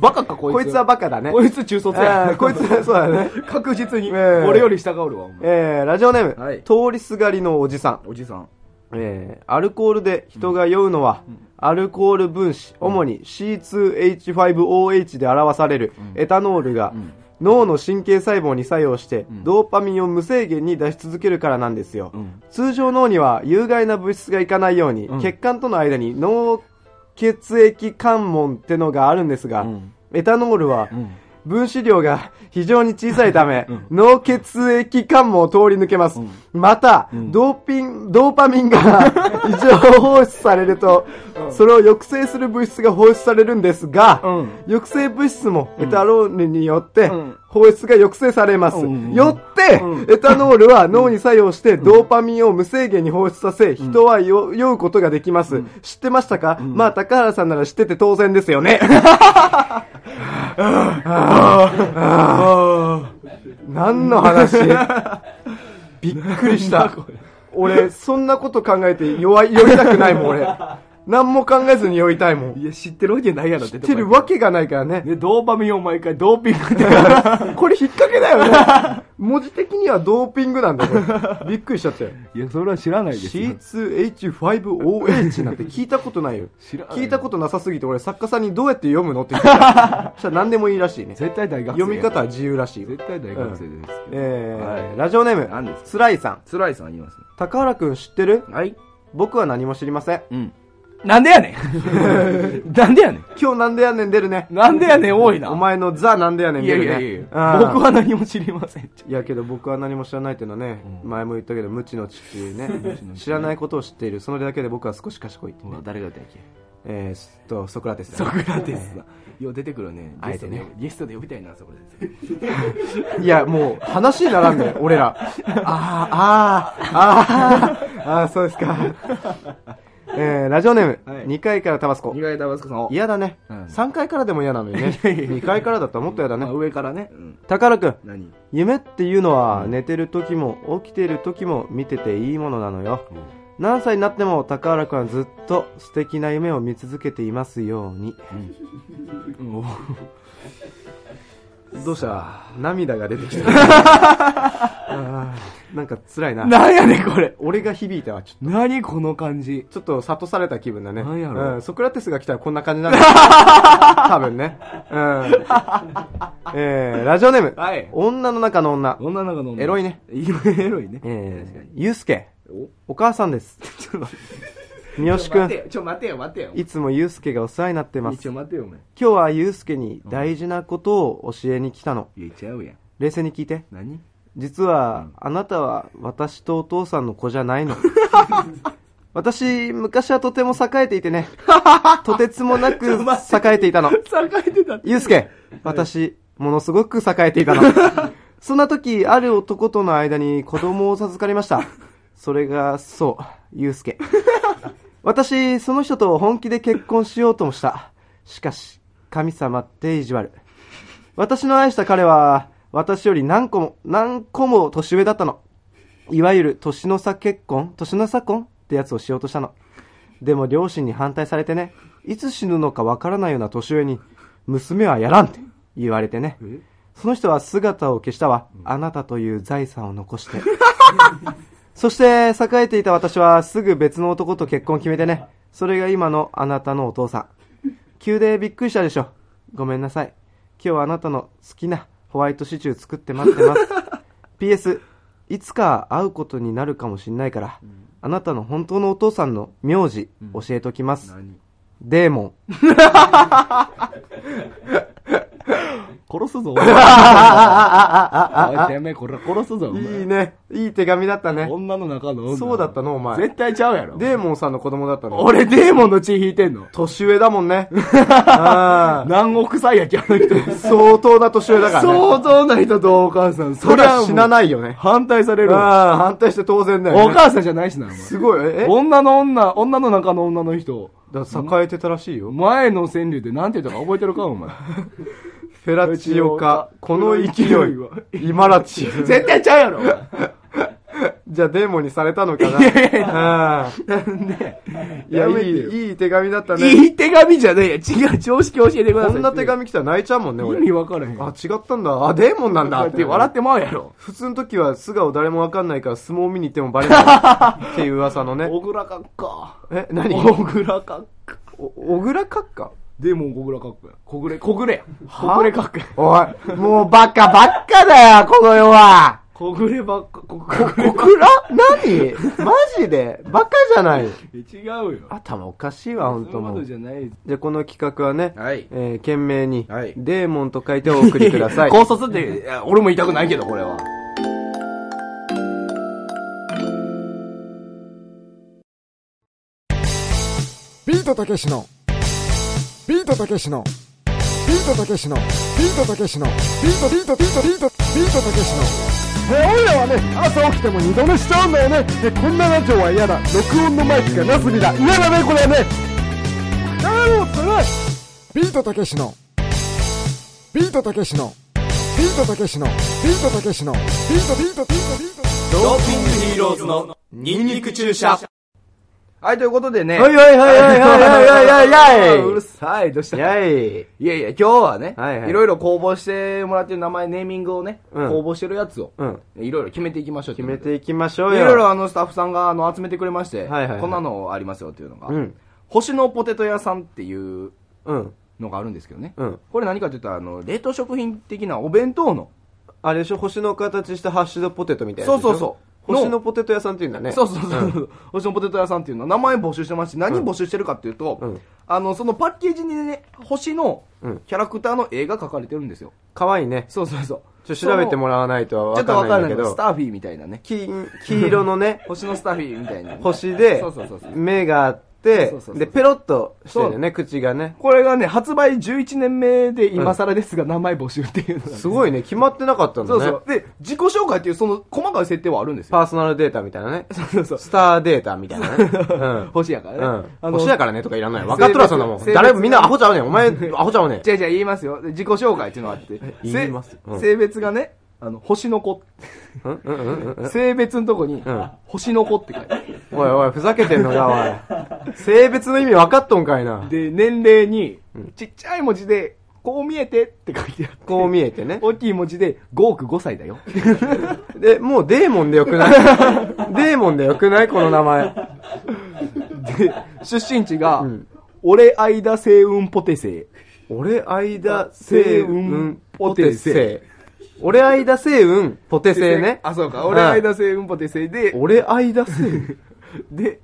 Speaker 2: バカかこいつ
Speaker 1: こいつはバカだね。
Speaker 2: こいつ中卒
Speaker 1: あ
Speaker 2: や
Speaker 1: ーこいつは、そうだ ね。
Speaker 2: 確実に
Speaker 1: ねえ
Speaker 2: 俺より下がおるわお前
Speaker 1: えー、ラジオネーム、
Speaker 2: はい
Speaker 1: 通りすがりのおじさん。
Speaker 2: おじさん
Speaker 1: えー、アルコールで人が酔うのは、アルコール分子、主に C2H5OH で表されるエタノールが、脳の神経細胞に作用して、ドーパミンを無制限に出し続けるからなんですよ、
Speaker 2: ん
Speaker 1: 通常脳には有害な物質がいかないように、血管との間に脳血液関門ってのがあるんですが、エタノールは、分子量が 非常に小さいた め、脳血液関門を通り抜けます。また、ドーピン、ドーパミンが 異常放出されると、それを抑制する物質が放出されるんですが、
Speaker 2: うん
Speaker 1: 抑制物質もエタノールによって放出が抑制されます。よって、エタノールは脳に作用してドーパミンを無制限に放出させ、人は酔酔うことができます。知ってましたか、まあ、高原さんなら知ってて当然ですよね。 何の話びっくりした。俺、そんなこと考えて酔い酔いたくないもん、俺。何も考えずに酔いたいもん。
Speaker 2: いや知ってるわけないやろ
Speaker 1: 知ってるわけがないからね。
Speaker 2: ねドーパミンを毎回ドーピングで
Speaker 1: これ引っ掛けだよね。文字的にはドーピングなんだよ、これ。びっくりしちゃったよ。
Speaker 2: いやそれは知らないですよ
Speaker 1: C2H5OH なんて聞いたことないよ。
Speaker 2: 知らない
Speaker 1: 聞いたことなさすぎて俺作家さんにどうやって読むのって言ってた。 そしたら何でもいいらしいね。
Speaker 2: 絶対大学生
Speaker 1: 読み方は自由らしいよ。
Speaker 2: 絶対大学生ですけど、
Speaker 1: えー
Speaker 2: はい
Speaker 1: ラジオネーム、
Speaker 2: 何ですか
Speaker 1: つらいさん。
Speaker 2: つらいさん言いますね
Speaker 1: 高原くん知ってる
Speaker 2: はい
Speaker 1: 僕は何も知りません。
Speaker 2: うんなんでやねんなんでやねん
Speaker 1: 今日なんでやねん出るね。
Speaker 2: なんでやねん多いな
Speaker 1: お前のザなんでやねん
Speaker 2: いや
Speaker 1: 出るね。
Speaker 2: いやいや僕
Speaker 1: うん
Speaker 2: は何も知りません
Speaker 1: いやけど僕は何も知らないっていうのはね、前も言ったけど無知の知っていうね知らないことを知っているそれだけで僕は少し賢いっていうね、
Speaker 2: 誰が歌いけ
Speaker 1: えー、すっとソクラテスだ
Speaker 2: ソクラテスさんよう出てくるね
Speaker 1: あえてね
Speaker 2: ゲストでゲストで呼びたいなそこで
Speaker 1: いやもう話にならんね俺らあーあーあーああーそうですかえー、ラジオネーム、
Speaker 2: はい
Speaker 1: 2階からタバスコ
Speaker 2: 二階タバスコさんを
Speaker 1: 嫌だね、
Speaker 2: うん
Speaker 1: 3階からでも嫌なのよね2階からだったらもっと嫌だね
Speaker 2: あ上からねうん
Speaker 1: 高原君
Speaker 2: 何
Speaker 1: 夢っていうのは寝てる時も起きている時も見てていいものなのよ、何歳になっても高原君はずっと素敵な夢を見続けていますように、どうした涙が出てき た。あーなんか辛いな。
Speaker 2: なんやねん、これ。
Speaker 1: 俺が響いたわ。ちょ
Speaker 2: 何この感じ。
Speaker 1: ちょっと諭された気分だね。
Speaker 2: なんやろ
Speaker 1: うん、ソクラテスが来たらこんな感じなんだ よ多分ね。うん。えー、ラジオネーム。
Speaker 2: はい
Speaker 1: 女の中の女。
Speaker 2: 女の中の女
Speaker 1: エロいね。
Speaker 2: エロいね。
Speaker 1: えー、ゆうすけ。お母さん です。三好くん。
Speaker 2: よ、ちょ、待てよ、待てよ
Speaker 1: いつもゆうすけがお世話になってます。
Speaker 2: 一応待てよ、お前。
Speaker 1: 今日はゆうすけに大事なことを教えに来たの。
Speaker 2: 言っちゃうやん。
Speaker 1: 冷静に聞いて。
Speaker 2: 何
Speaker 1: 実は、あなたは私とお父さんの子じゃない の。私、昔はとても栄えていて ね。とてつもなく栄えていたの。
Speaker 2: 栄えてた。
Speaker 1: ゆうすけ、私、ものすごく栄えてい たの。そんな時、ある男との間に子供を授かりました。それが、そう、ゆうすけ。私、その人と本気で結婚しようともした。しかし、神様って意地悪。私の愛した彼は、私より何個も、何個も年上だったの。いわゆる、年の差結婚年の差婚ってやつをしようとしたの。でも両親に反対されてね、いつ死ぬのかわからないような年上に、娘はやらんって言われてね。その人は姿を消したわ。あなたという財産を残して。そして、栄えていた私はすぐ別の男と結婚を決めてね。それが今のあなたのお父さん。急でびっくりしたでしょ。ごめんなさい。今日はあなたの好きなホワイトシチュー作って待って ます。PS、いつか会うことになるかもしんないから、あなたの本当のお父さんの名字教えときます。
Speaker 2: 何
Speaker 1: デーモン。
Speaker 2: 殺すぞ、 お前。あ、てめえ、これ殺すぞ、お
Speaker 1: いい
Speaker 2: 前。
Speaker 1: ね。いい手紙だったね。
Speaker 2: 女の中の女。
Speaker 1: そうだったの、お前。
Speaker 2: 絶対ちゃうやろ。
Speaker 1: デーモンさんの子供だったの。
Speaker 2: 俺、デーモンの血引いてんの。
Speaker 1: 年上だもんね。あ
Speaker 2: 南国最悪、あの 人。
Speaker 1: ー相当な年上だからね。
Speaker 2: 相当な人とお母さん、。
Speaker 1: そりゃ死ないないよね。
Speaker 2: 反対され
Speaker 1: うん、
Speaker 2: るわ。
Speaker 1: 反対して当然だ
Speaker 2: お
Speaker 1: よね。
Speaker 2: 母さんじゃないしな、お前。
Speaker 1: すごい、ええ
Speaker 2: 女の女、女の中の女の人。
Speaker 1: だから栄えてたらしいよ。
Speaker 2: 前の川柳でなんて言ったか覚えてるか、お前。
Speaker 1: フェラチオか、この勢いは、イマラチオ。
Speaker 2: 絶対ちゃうや ろ、お前。
Speaker 1: じゃあデーモンにされたのかな。うんいや、い
Speaker 2: やめて
Speaker 1: い、いい手紙だったね。
Speaker 2: いい手紙じゃねえや。違う、常識教えてくださ
Speaker 1: こ
Speaker 2: い。
Speaker 1: んな手紙来たら泣いちゃうもんね、
Speaker 2: 意味
Speaker 1: 俺。
Speaker 2: 分からへん。
Speaker 1: あ、違ったんだ。あ、デーモンなんだ。
Speaker 2: だって笑ってまうやろ。
Speaker 1: 普通の時は素顔誰もわかんないから相撲見に行ってもバレ ないっていう噂のね。
Speaker 2: 小倉閣下。
Speaker 1: え、何
Speaker 2: 小倉閣下。
Speaker 1: お小倉閣下
Speaker 2: でも小倉閣下や。小暮、小暮や。小暮閣下。
Speaker 1: おい、もう
Speaker 2: バカばっかだよ、この世は。小暮ばっか、小暮。
Speaker 1: 小倉何マジでバカじゃない
Speaker 2: 違うよ。
Speaker 1: 頭おかしいわ、
Speaker 2: そう
Speaker 1: 本
Speaker 2: いう
Speaker 1: 当
Speaker 2: こ
Speaker 1: も
Speaker 2: と
Speaker 1: う。
Speaker 2: じ
Speaker 1: じ
Speaker 2: ゃない。
Speaker 1: ゃあこの企画はね、
Speaker 2: はい
Speaker 1: えー、懸命に、
Speaker 2: はい
Speaker 1: デーモンと書いてお送りください。
Speaker 2: 高卒って、いや俺も言いたくないけど、これは。
Speaker 3: ビートたけしのビートたけしのビートたけしのビートたけしのビートビートビートビートビートたけしのえ俺らはね朝起きても二度寝しちゃうんだよねでこんなラジオは嫌だ録音のマイクがなすびだ嫌だねこれはねやろうってねビートたけしのビートたけしのビートたけしのビートたけしのビートビートビートビート
Speaker 2: はい、ということでね。
Speaker 1: はいはいはいはいはいはいはいはい は
Speaker 2: うる
Speaker 1: い
Speaker 2: さい、どうしたい
Speaker 1: やい。
Speaker 2: やいや、今日はね、
Speaker 1: はいはい
Speaker 2: いろいろ公募してもらってる名前、ネーミングをね、
Speaker 1: うん
Speaker 2: 公募してるやつを、
Speaker 1: うん
Speaker 2: いろいろ決めていきましょう
Speaker 1: 決めていきましょう
Speaker 2: い
Speaker 1: よ。
Speaker 2: ろいろあのスタッフさんがあの集めてくれまし
Speaker 1: は
Speaker 2: て、
Speaker 1: いはいはい
Speaker 2: こんなのありますよっていうのが、
Speaker 1: うん
Speaker 2: 星のポテト屋さんっていう
Speaker 1: うん。
Speaker 2: のがあるんですけどね、
Speaker 1: うん
Speaker 2: これ何かというとあの冷凍食品的なお弁当の、
Speaker 1: あれでしょ星の形したハッシュドポテトみたいな
Speaker 2: そ
Speaker 1: や
Speaker 2: う
Speaker 1: つでしょ。
Speaker 2: そうそう
Speaker 1: 星のポテト屋さんっていうんだね。
Speaker 2: そうそうそう、星のポテト屋さんっていうのは名前募集してまして何募集してるかっていうと、
Speaker 1: うん
Speaker 2: あのそのパッケージにね星の
Speaker 1: うん
Speaker 2: キャラクターの絵が描かれてるんですよ、
Speaker 1: かわいいね。
Speaker 2: そうそうそう
Speaker 1: ちょっと調べてもらわないと
Speaker 2: ちょ
Speaker 1: わ
Speaker 2: っと
Speaker 1: か
Speaker 2: わ
Speaker 1: んな
Speaker 2: か
Speaker 1: いん
Speaker 2: らな
Speaker 1: だけ
Speaker 2: いけど、ス
Speaker 1: ど
Speaker 2: タ、ーフィーみたいなね。、
Speaker 1: 金黄色のね
Speaker 2: 星のスターフィーみたいな。
Speaker 1: 星で
Speaker 2: そうそうそうそ、う
Speaker 1: 目があって
Speaker 2: そうそうそう、そう
Speaker 1: で、ペロッとしてるよね、口がね。
Speaker 2: これがね、発売11年目で今更ですが、名前募集っていうのが
Speaker 1: すごいね、決まってなかったんだ
Speaker 2: そう
Speaker 1: ね。
Speaker 2: そう。で、自己紹介っていうその細かい設定はあるんですよ。
Speaker 1: パーソナルデータみたいなね。
Speaker 2: そうそう。
Speaker 1: スターデータみたいなね。うん。
Speaker 2: 星やからね。。
Speaker 1: うん。星やかららねとかいらない。分かっとるわ、そんなも
Speaker 2: 性別
Speaker 1: ん。誰もみんなアホちゃうねん。お前、アホちゃうねん。
Speaker 2: じゃあじゃあ言いますよ。で自己紹介っていうのがあって。
Speaker 1: 言いますうん
Speaker 2: 性別がね、あの、星の子。
Speaker 1: うんうんうんうん
Speaker 2: 性別のとこに
Speaker 1: ん、
Speaker 2: 星の子って書いてある。
Speaker 1: おいおい、ふざけてんの か、おい。性別の意味分かっとんかいな。
Speaker 2: で、年齢に、ちっちゃい文字で、こう見えてって書いてあって。
Speaker 3: こう見えてね。
Speaker 2: 大きい文字で5億5歳だよ。
Speaker 3: で、もうデーモンでよ くないデーモンでよくないこの名前。
Speaker 2: 出身地が、
Speaker 3: うん
Speaker 2: 俺間星雲ポテ星。
Speaker 3: 俺間星雲ポテ星。俺間星雲ポテ星ね。
Speaker 2: あ、そうか。俺間星雲ポテ星で、
Speaker 3: 俺間星雲。
Speaker 2: で、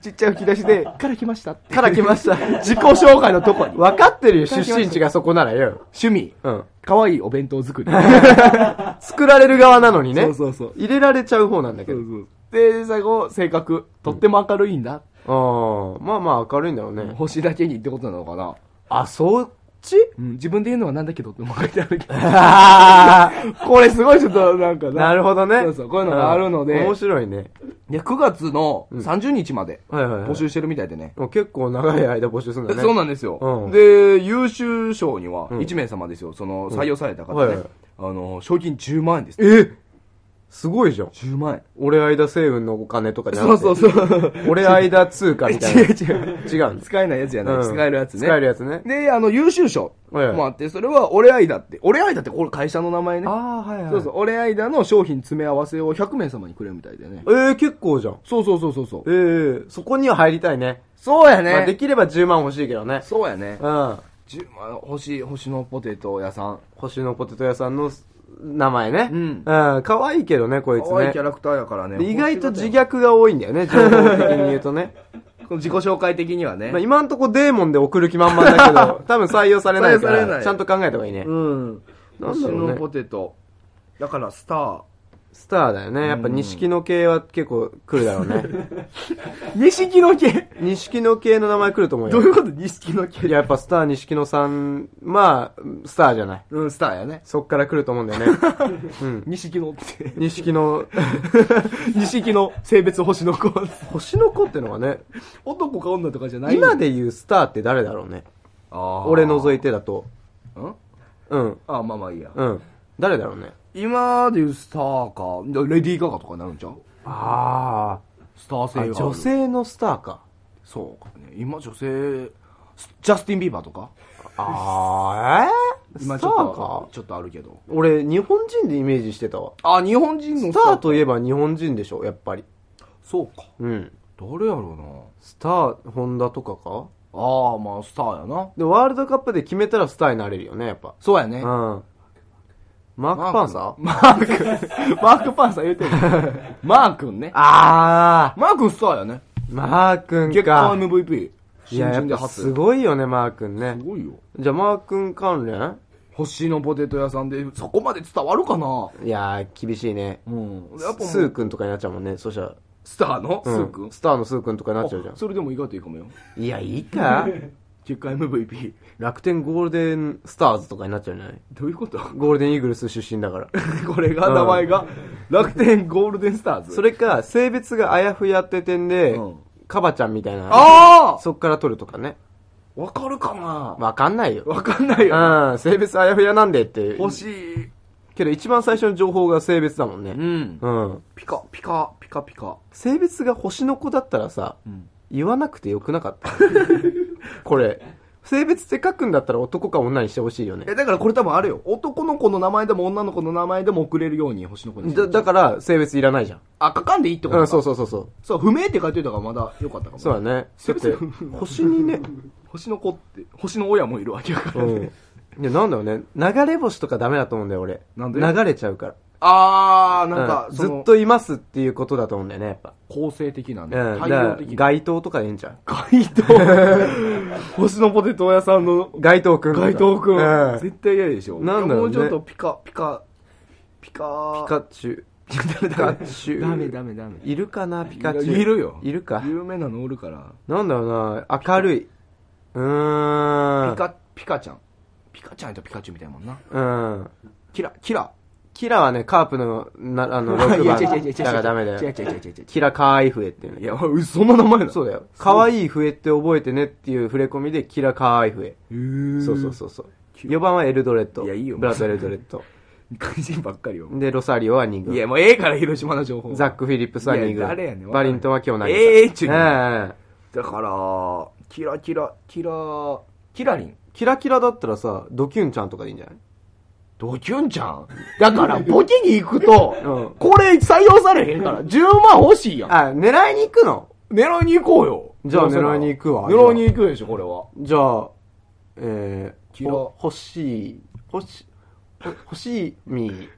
Speaker 2: ちっちゃい吹き出しで、から来ましたって。
Speaker 3: から来ました。
Speaker 2: 自己紹介のとこに。
Speaker 3: 分かってるよ、出身地がそこならよ。
Speaker 2: 趣味。
Speaker 3: うん。
Speaker 2: 可愛いお弁当作り。
Speaker 3: 作られる側なのにね。
Speaker 2: そうそうそう
Speaker 3: 入れられちゃう方なんだけ
Speaker 2: そ
Speaker 3: ど。
Speaker 2: うそうで、最後、性格。とっても明るいんだ。
Speaker 3: ああ、まあまあ明るいんだろうね。
Speaker 2: 星だけにってことなのかな。
Speaker 3: あ、そっち
Speaker 2: うん、自分で言うのはなんだけどっても書いてあるけど。
Speaker 3: あ
Speaker 2: これすごいちょっとなんか
Speaker 3: ーなるほどね。
Speaker 2: そうそうこういうのがあるので
Speaker 3: うん面白いね。
Speaker 2: で、9月の30日まで
Speaker 3: はいはいはい
Speaker 2: 募集してるみたいでね。
Speaker 3: もう結構長い間募集するんだね。
Speaker 2: そうなんですよ、
Speaker 3: うん
Speaker 2: で、優秀賞には1名様ですよ。その採用された方ね。
Speaker 3: はいはい
Speaker 2: あの、賞金10万円です。
Speaker 3: えすごいじゃん。
Speaker 2: 10万円。
Speaker 3: 俺間星雲のお金とかじゃ
Speaker 2: そ
Speaker 3: な
Speaker 2: う
Speaker 3: くて。
Speaker 2: そうそう。
Speaker 3: 俺間通貨みたいな。
Speaker 2: 違う違う。
Speaker 3: 違うんです。
Speaker 2: 使えないやつじゃない。使えるやつね。
Speaker 3: 使えるやつね。
Speaker 2: で、あの、優秀賞もあって、それは、俺間って、俺間ってこれ会社の名前ね。
Speaker 3: ああー、はいはい。
Speaker 2: そうそう、俺間の商品詰め合わせを100名様にくれるみたいでね。
Speaker 3: ええ、結構じゃん。
Speaker 2: そうそうそうそうそう。
Speaker 3: ええそこには入りたいね。
Speaker 2: そうや
Speaker 3: まあ、で
Speaker 2: ね。
Speaker 3: きれば10万欲しいけどね。
Speaker 2: そうやね。
Speaker 3: うん。
Speaker 2: 10万、星、星のポテト屋さん。
Speaker 3: 星のポテト屋さんの名前ね。
Speaker 2: うん
Speaker 3: うん。可愛いけどね、こいつ
Speaker 2: 可愛い
Speaker 3: ね
Speaker 2: キャ。ラクターやからね。
Speaker 3: で意外と自虐が多いんだよね、情報的に言う とね。
Speaker 2: この自己紹介的にはね。
Speaker 3: まあ、今んとこデーモンで送る気満々だ けど、多分採用されないか
Speaker 2: 採用されな
Speaker 3: ら、
Speaker 2: い
Speaker 3: ちゃんと考えた方がいいね。
Speaker 2: うん。
Speaker 3: なんだ
Speaker 2: 星
Speaker 3: ろうね
Speaker 2: のポテト。だから、スター。
Speaker 3: スターだよね。やっぱ錦野系は結構来るだろ うね。
Speaker 2: 錦の系
Speaker 3: 錦野系の名前来ると思うよ。
Speaker 2: どういうこと錦の系
Speaker 3: いややっぱスター錦野さん、まあ、スターじゃない。
Speaker 2: うん、スターやね。
Speaker 3: そっから来ると思うんだ よね。
Speaker 2: 錦のって。
Speaker 3: 錦野、
Speaker 2: 錦の性別星の子。
Speaker 3: 星の子ってのはね、
Speaker 2: 男か女とかじゃない
Speaker 3: 今で言うスターって誰だろうね。俺
Speaker 2: 俺
Speaker 3: 除いてだと。
Speaker 2: ん
Speaker 3: うん、
Speaker 2: ああまあまあいいや、
Speaker 3: うん。誰だろうね。
Speaker 2: 今でいうスターかレディー・ガガとかになるんちゃう
Speaker 3: あ
Speaker 2: スター性が
Speaker 3: あ
Speaker 2: ある
Speaker 3: 女性のスターか。
Speaker 2: そうかね今女性スジャスティン・ビーバーとか
Speaker 3: あー、えー、
Speaker 2: 今
Speaker 3: ス
Speaker 2: ち
Speaker 3: タ
Speaker 2: ょっ
Speaker 3: ー
Speaker 2: と
Speaker 3: か
Speaker 2: ちょっとあるけど
Speaker 3: 俺、日本人でイメージしてたわ。
Speaker 2: あ日本人の
Speaker 3: スターといえば日本人でしょ、やっぱり。
Speaker 2: そうか
Speaker 3: うん。
Speaker 2: 誰やろ
Speaker 3: スター、ホンダとかか
Speaker 2: うなああまあスターやな
Speaker 3: で、ワールドカップで決めたらスターになれるよね、やっぱ。
Speaker 2: そうやね
Speaker 3: うん。マークパンサー
Speaker 2: マークマークパンさん言うてる マー君ね
Speaker 3: あ
Speaker 2: マー君スターやね
Speaker 3: ー、マー君
Speaker 2: 月
Speaker 3: か
Speaker 2: 間。MVP
Speaker 3: い
Speaker 2: 新
Speaker 3: や、や
Speaker 2: 人
Speaker 3: っ
Speaker 2: で
Speaker 3: ぱ
Speaker 2: 初
Speaker 3: すごいよね、マー君ね
Speaker 2: す。ごいよ
Speaker 3: じゃあ、マー君関連
Speaker 2: 星のポテト屋さんでそこまで伝わるかない
Speaker 3: やー、厳しいね。
Speaker 2: うんやっぱもう
Speaker 3: スー君とかになっちゃうもんね、そしたら。
Speaker 2: スターのス
Speaker 3: うん
Speaker 2: ー君、
Speaker 3: スターのスー君とかになっちゃうじゃ
Speaker 2: あそれでも意外といいかもよ
Speaker 3: ん。いや、いい か
Speaker 2: 結果 MVP
Speaker 3: 楽天ゴールデンスターズとかになっちゃうんじゃない
Speaker 2: どういうこと
Speaker 3: ゴールデンイーグルス出身だ から。
Speaker 2: これが名前が、楽天ゴールデンスターズ
Speaker 3: それか、性別があやふやって点で、
Speaker 2: うん
Speaker 3: カバちゃんみたいな。
Speaker 2: あ
Speaker 3: そっから取るとかね。
Speaker 2: あわかるかな
Speaker 3: わかんないよ。
Speaker 2: わかんないよ
Speaker 3: うん、性別あやふやなんでって。
Speaker 2: 星い
Speaker 3: けど一番最初の情報が性別だもん
Speaker 2: う
Speaker 3: ね。
Speaker 2: ん
Speaker 3: うん。
Speaker 2: ピカピカピカピカ
Speaker 3: 性別が星の子だったらさ、言わなくてよくなかった これ。性別って書くんだったら男か女にしてほしいよね
Speaker 2: え。だからこれ多分あれよ男の子の名前でも女の子の名前でも送れるように星の子にして
Speaker 3: だだから性別いらないじゃん。
Speaker 2: あ書かんでいいってこと
Speaker 3: う
Speaker 2: か
Speaker 3: ん、そうそうそうそう。
Speaker 2: そう不明って書いといたからまだよかったかも
Speaker 3: そうだね。だって、星にね、
Speaker 2: 星の子って星の親もいるわけやから、
Speaker 3: う
Speaker 2: ね
Speaker 3: ん。いや、なんだろうね。流れ星とかダメだと思うんだよ、俺。
Speaker 2: なんで
Speaker 3: 流れちゃうから。
Speaker 2: ああなんか、
Speaker 3: うん
Speaker 2: そ
Speaker 3: ず
Speaker 2: の
Speaker 3: っといますっていうことだと思うんだよね、やっぱ。
Speaker 2: 構成的なね、
Speaker 3: うん。だか
Speaker 2: 対応
Speaker 3: ら
Speaker 2: 的な
Speaker 3: 街灯とかでいいんちゃう
Speaker 2: 街灯 星のポテト屋さんの
Speaker 3: 街灯くんとか。
Speaker 2: 街灯くん、
Speaker 3: うん。ピ
Speaker 2: 絶対嫌でしょ
Speaker 3: なんだろうね
Speaker 2: もうちょっとピカピカピカ
Speaker 3: カチュウ。ピカチュウ。
Speaker 2: ダメダメダメ
Speaker 3: いるかな、ピカチュウ。
Speaker 2: いるよ
Speaker 3: いるか。
Speaker 2: 有名なのおるから、
Speaker 3: なんだろうな、明るい。うーん。
Speaker 2: ピカピカちゃんピカちゃんとピカチュウみたいなもんな
Speaker 3: うん。
Speaker 2: キラキラ
Speaker 3: キラはね、カープの、な、あの、6番。だからダメだ
Speaker 2: 違う違
Speaker 3: よ。
Speaker 2: う違う違う違う
Speaker 3: キラカーイフエっていうね
Speaker 2: い。やうそんな名前なの
Speaker 3: そうだよ。可愛い笛って覚えてねっていう触れ込みで、キラ可愛い笛。そうそうそうそう。4番はエルドレッド。
Speaker 2: いやいいよ
Speaker 3: ブラスエルドレッド。
Speaker 2: 外人ばっかりよ
Speaker 3: で、ロサリオは2
Speaker 2: い
Speaker 3: 軍。
Speaker 2: やもうええから広島の情報
Speaker 3: ザック・フィリップスは2
Speaker 2: いや誰やねん
Speaker 3: 軍。バリントンは今日投げた。
Speaker 2: ええちゅう
Speaker 3: うんうんうん
Speaker 2: だからキラキラキラキラリンキ
Speaker 3: キラキラだったらさ、ドキュンちゃんとかでいいんじゃない
Speaker 2: ドキュンちゃんだから、ボケに行くと、
Speaker 3: うん
Speaker 2: これ採用されへんから、10万欲しいやん。
Speaker 3: あ、狙いに行くの
Speaker 2: 狙いに行こうよ。
Speaker 3: じゃあ狙いに行くわ
Speaker 2: 狙いに行くでしょ、これは。
Speaker 3: じゃあ、え
Speaker 2: キ
Speaker 3: ー、
Speaker 2: ラ
Speaker 3: ほ欲しい、欲し、ほ欲しいみー。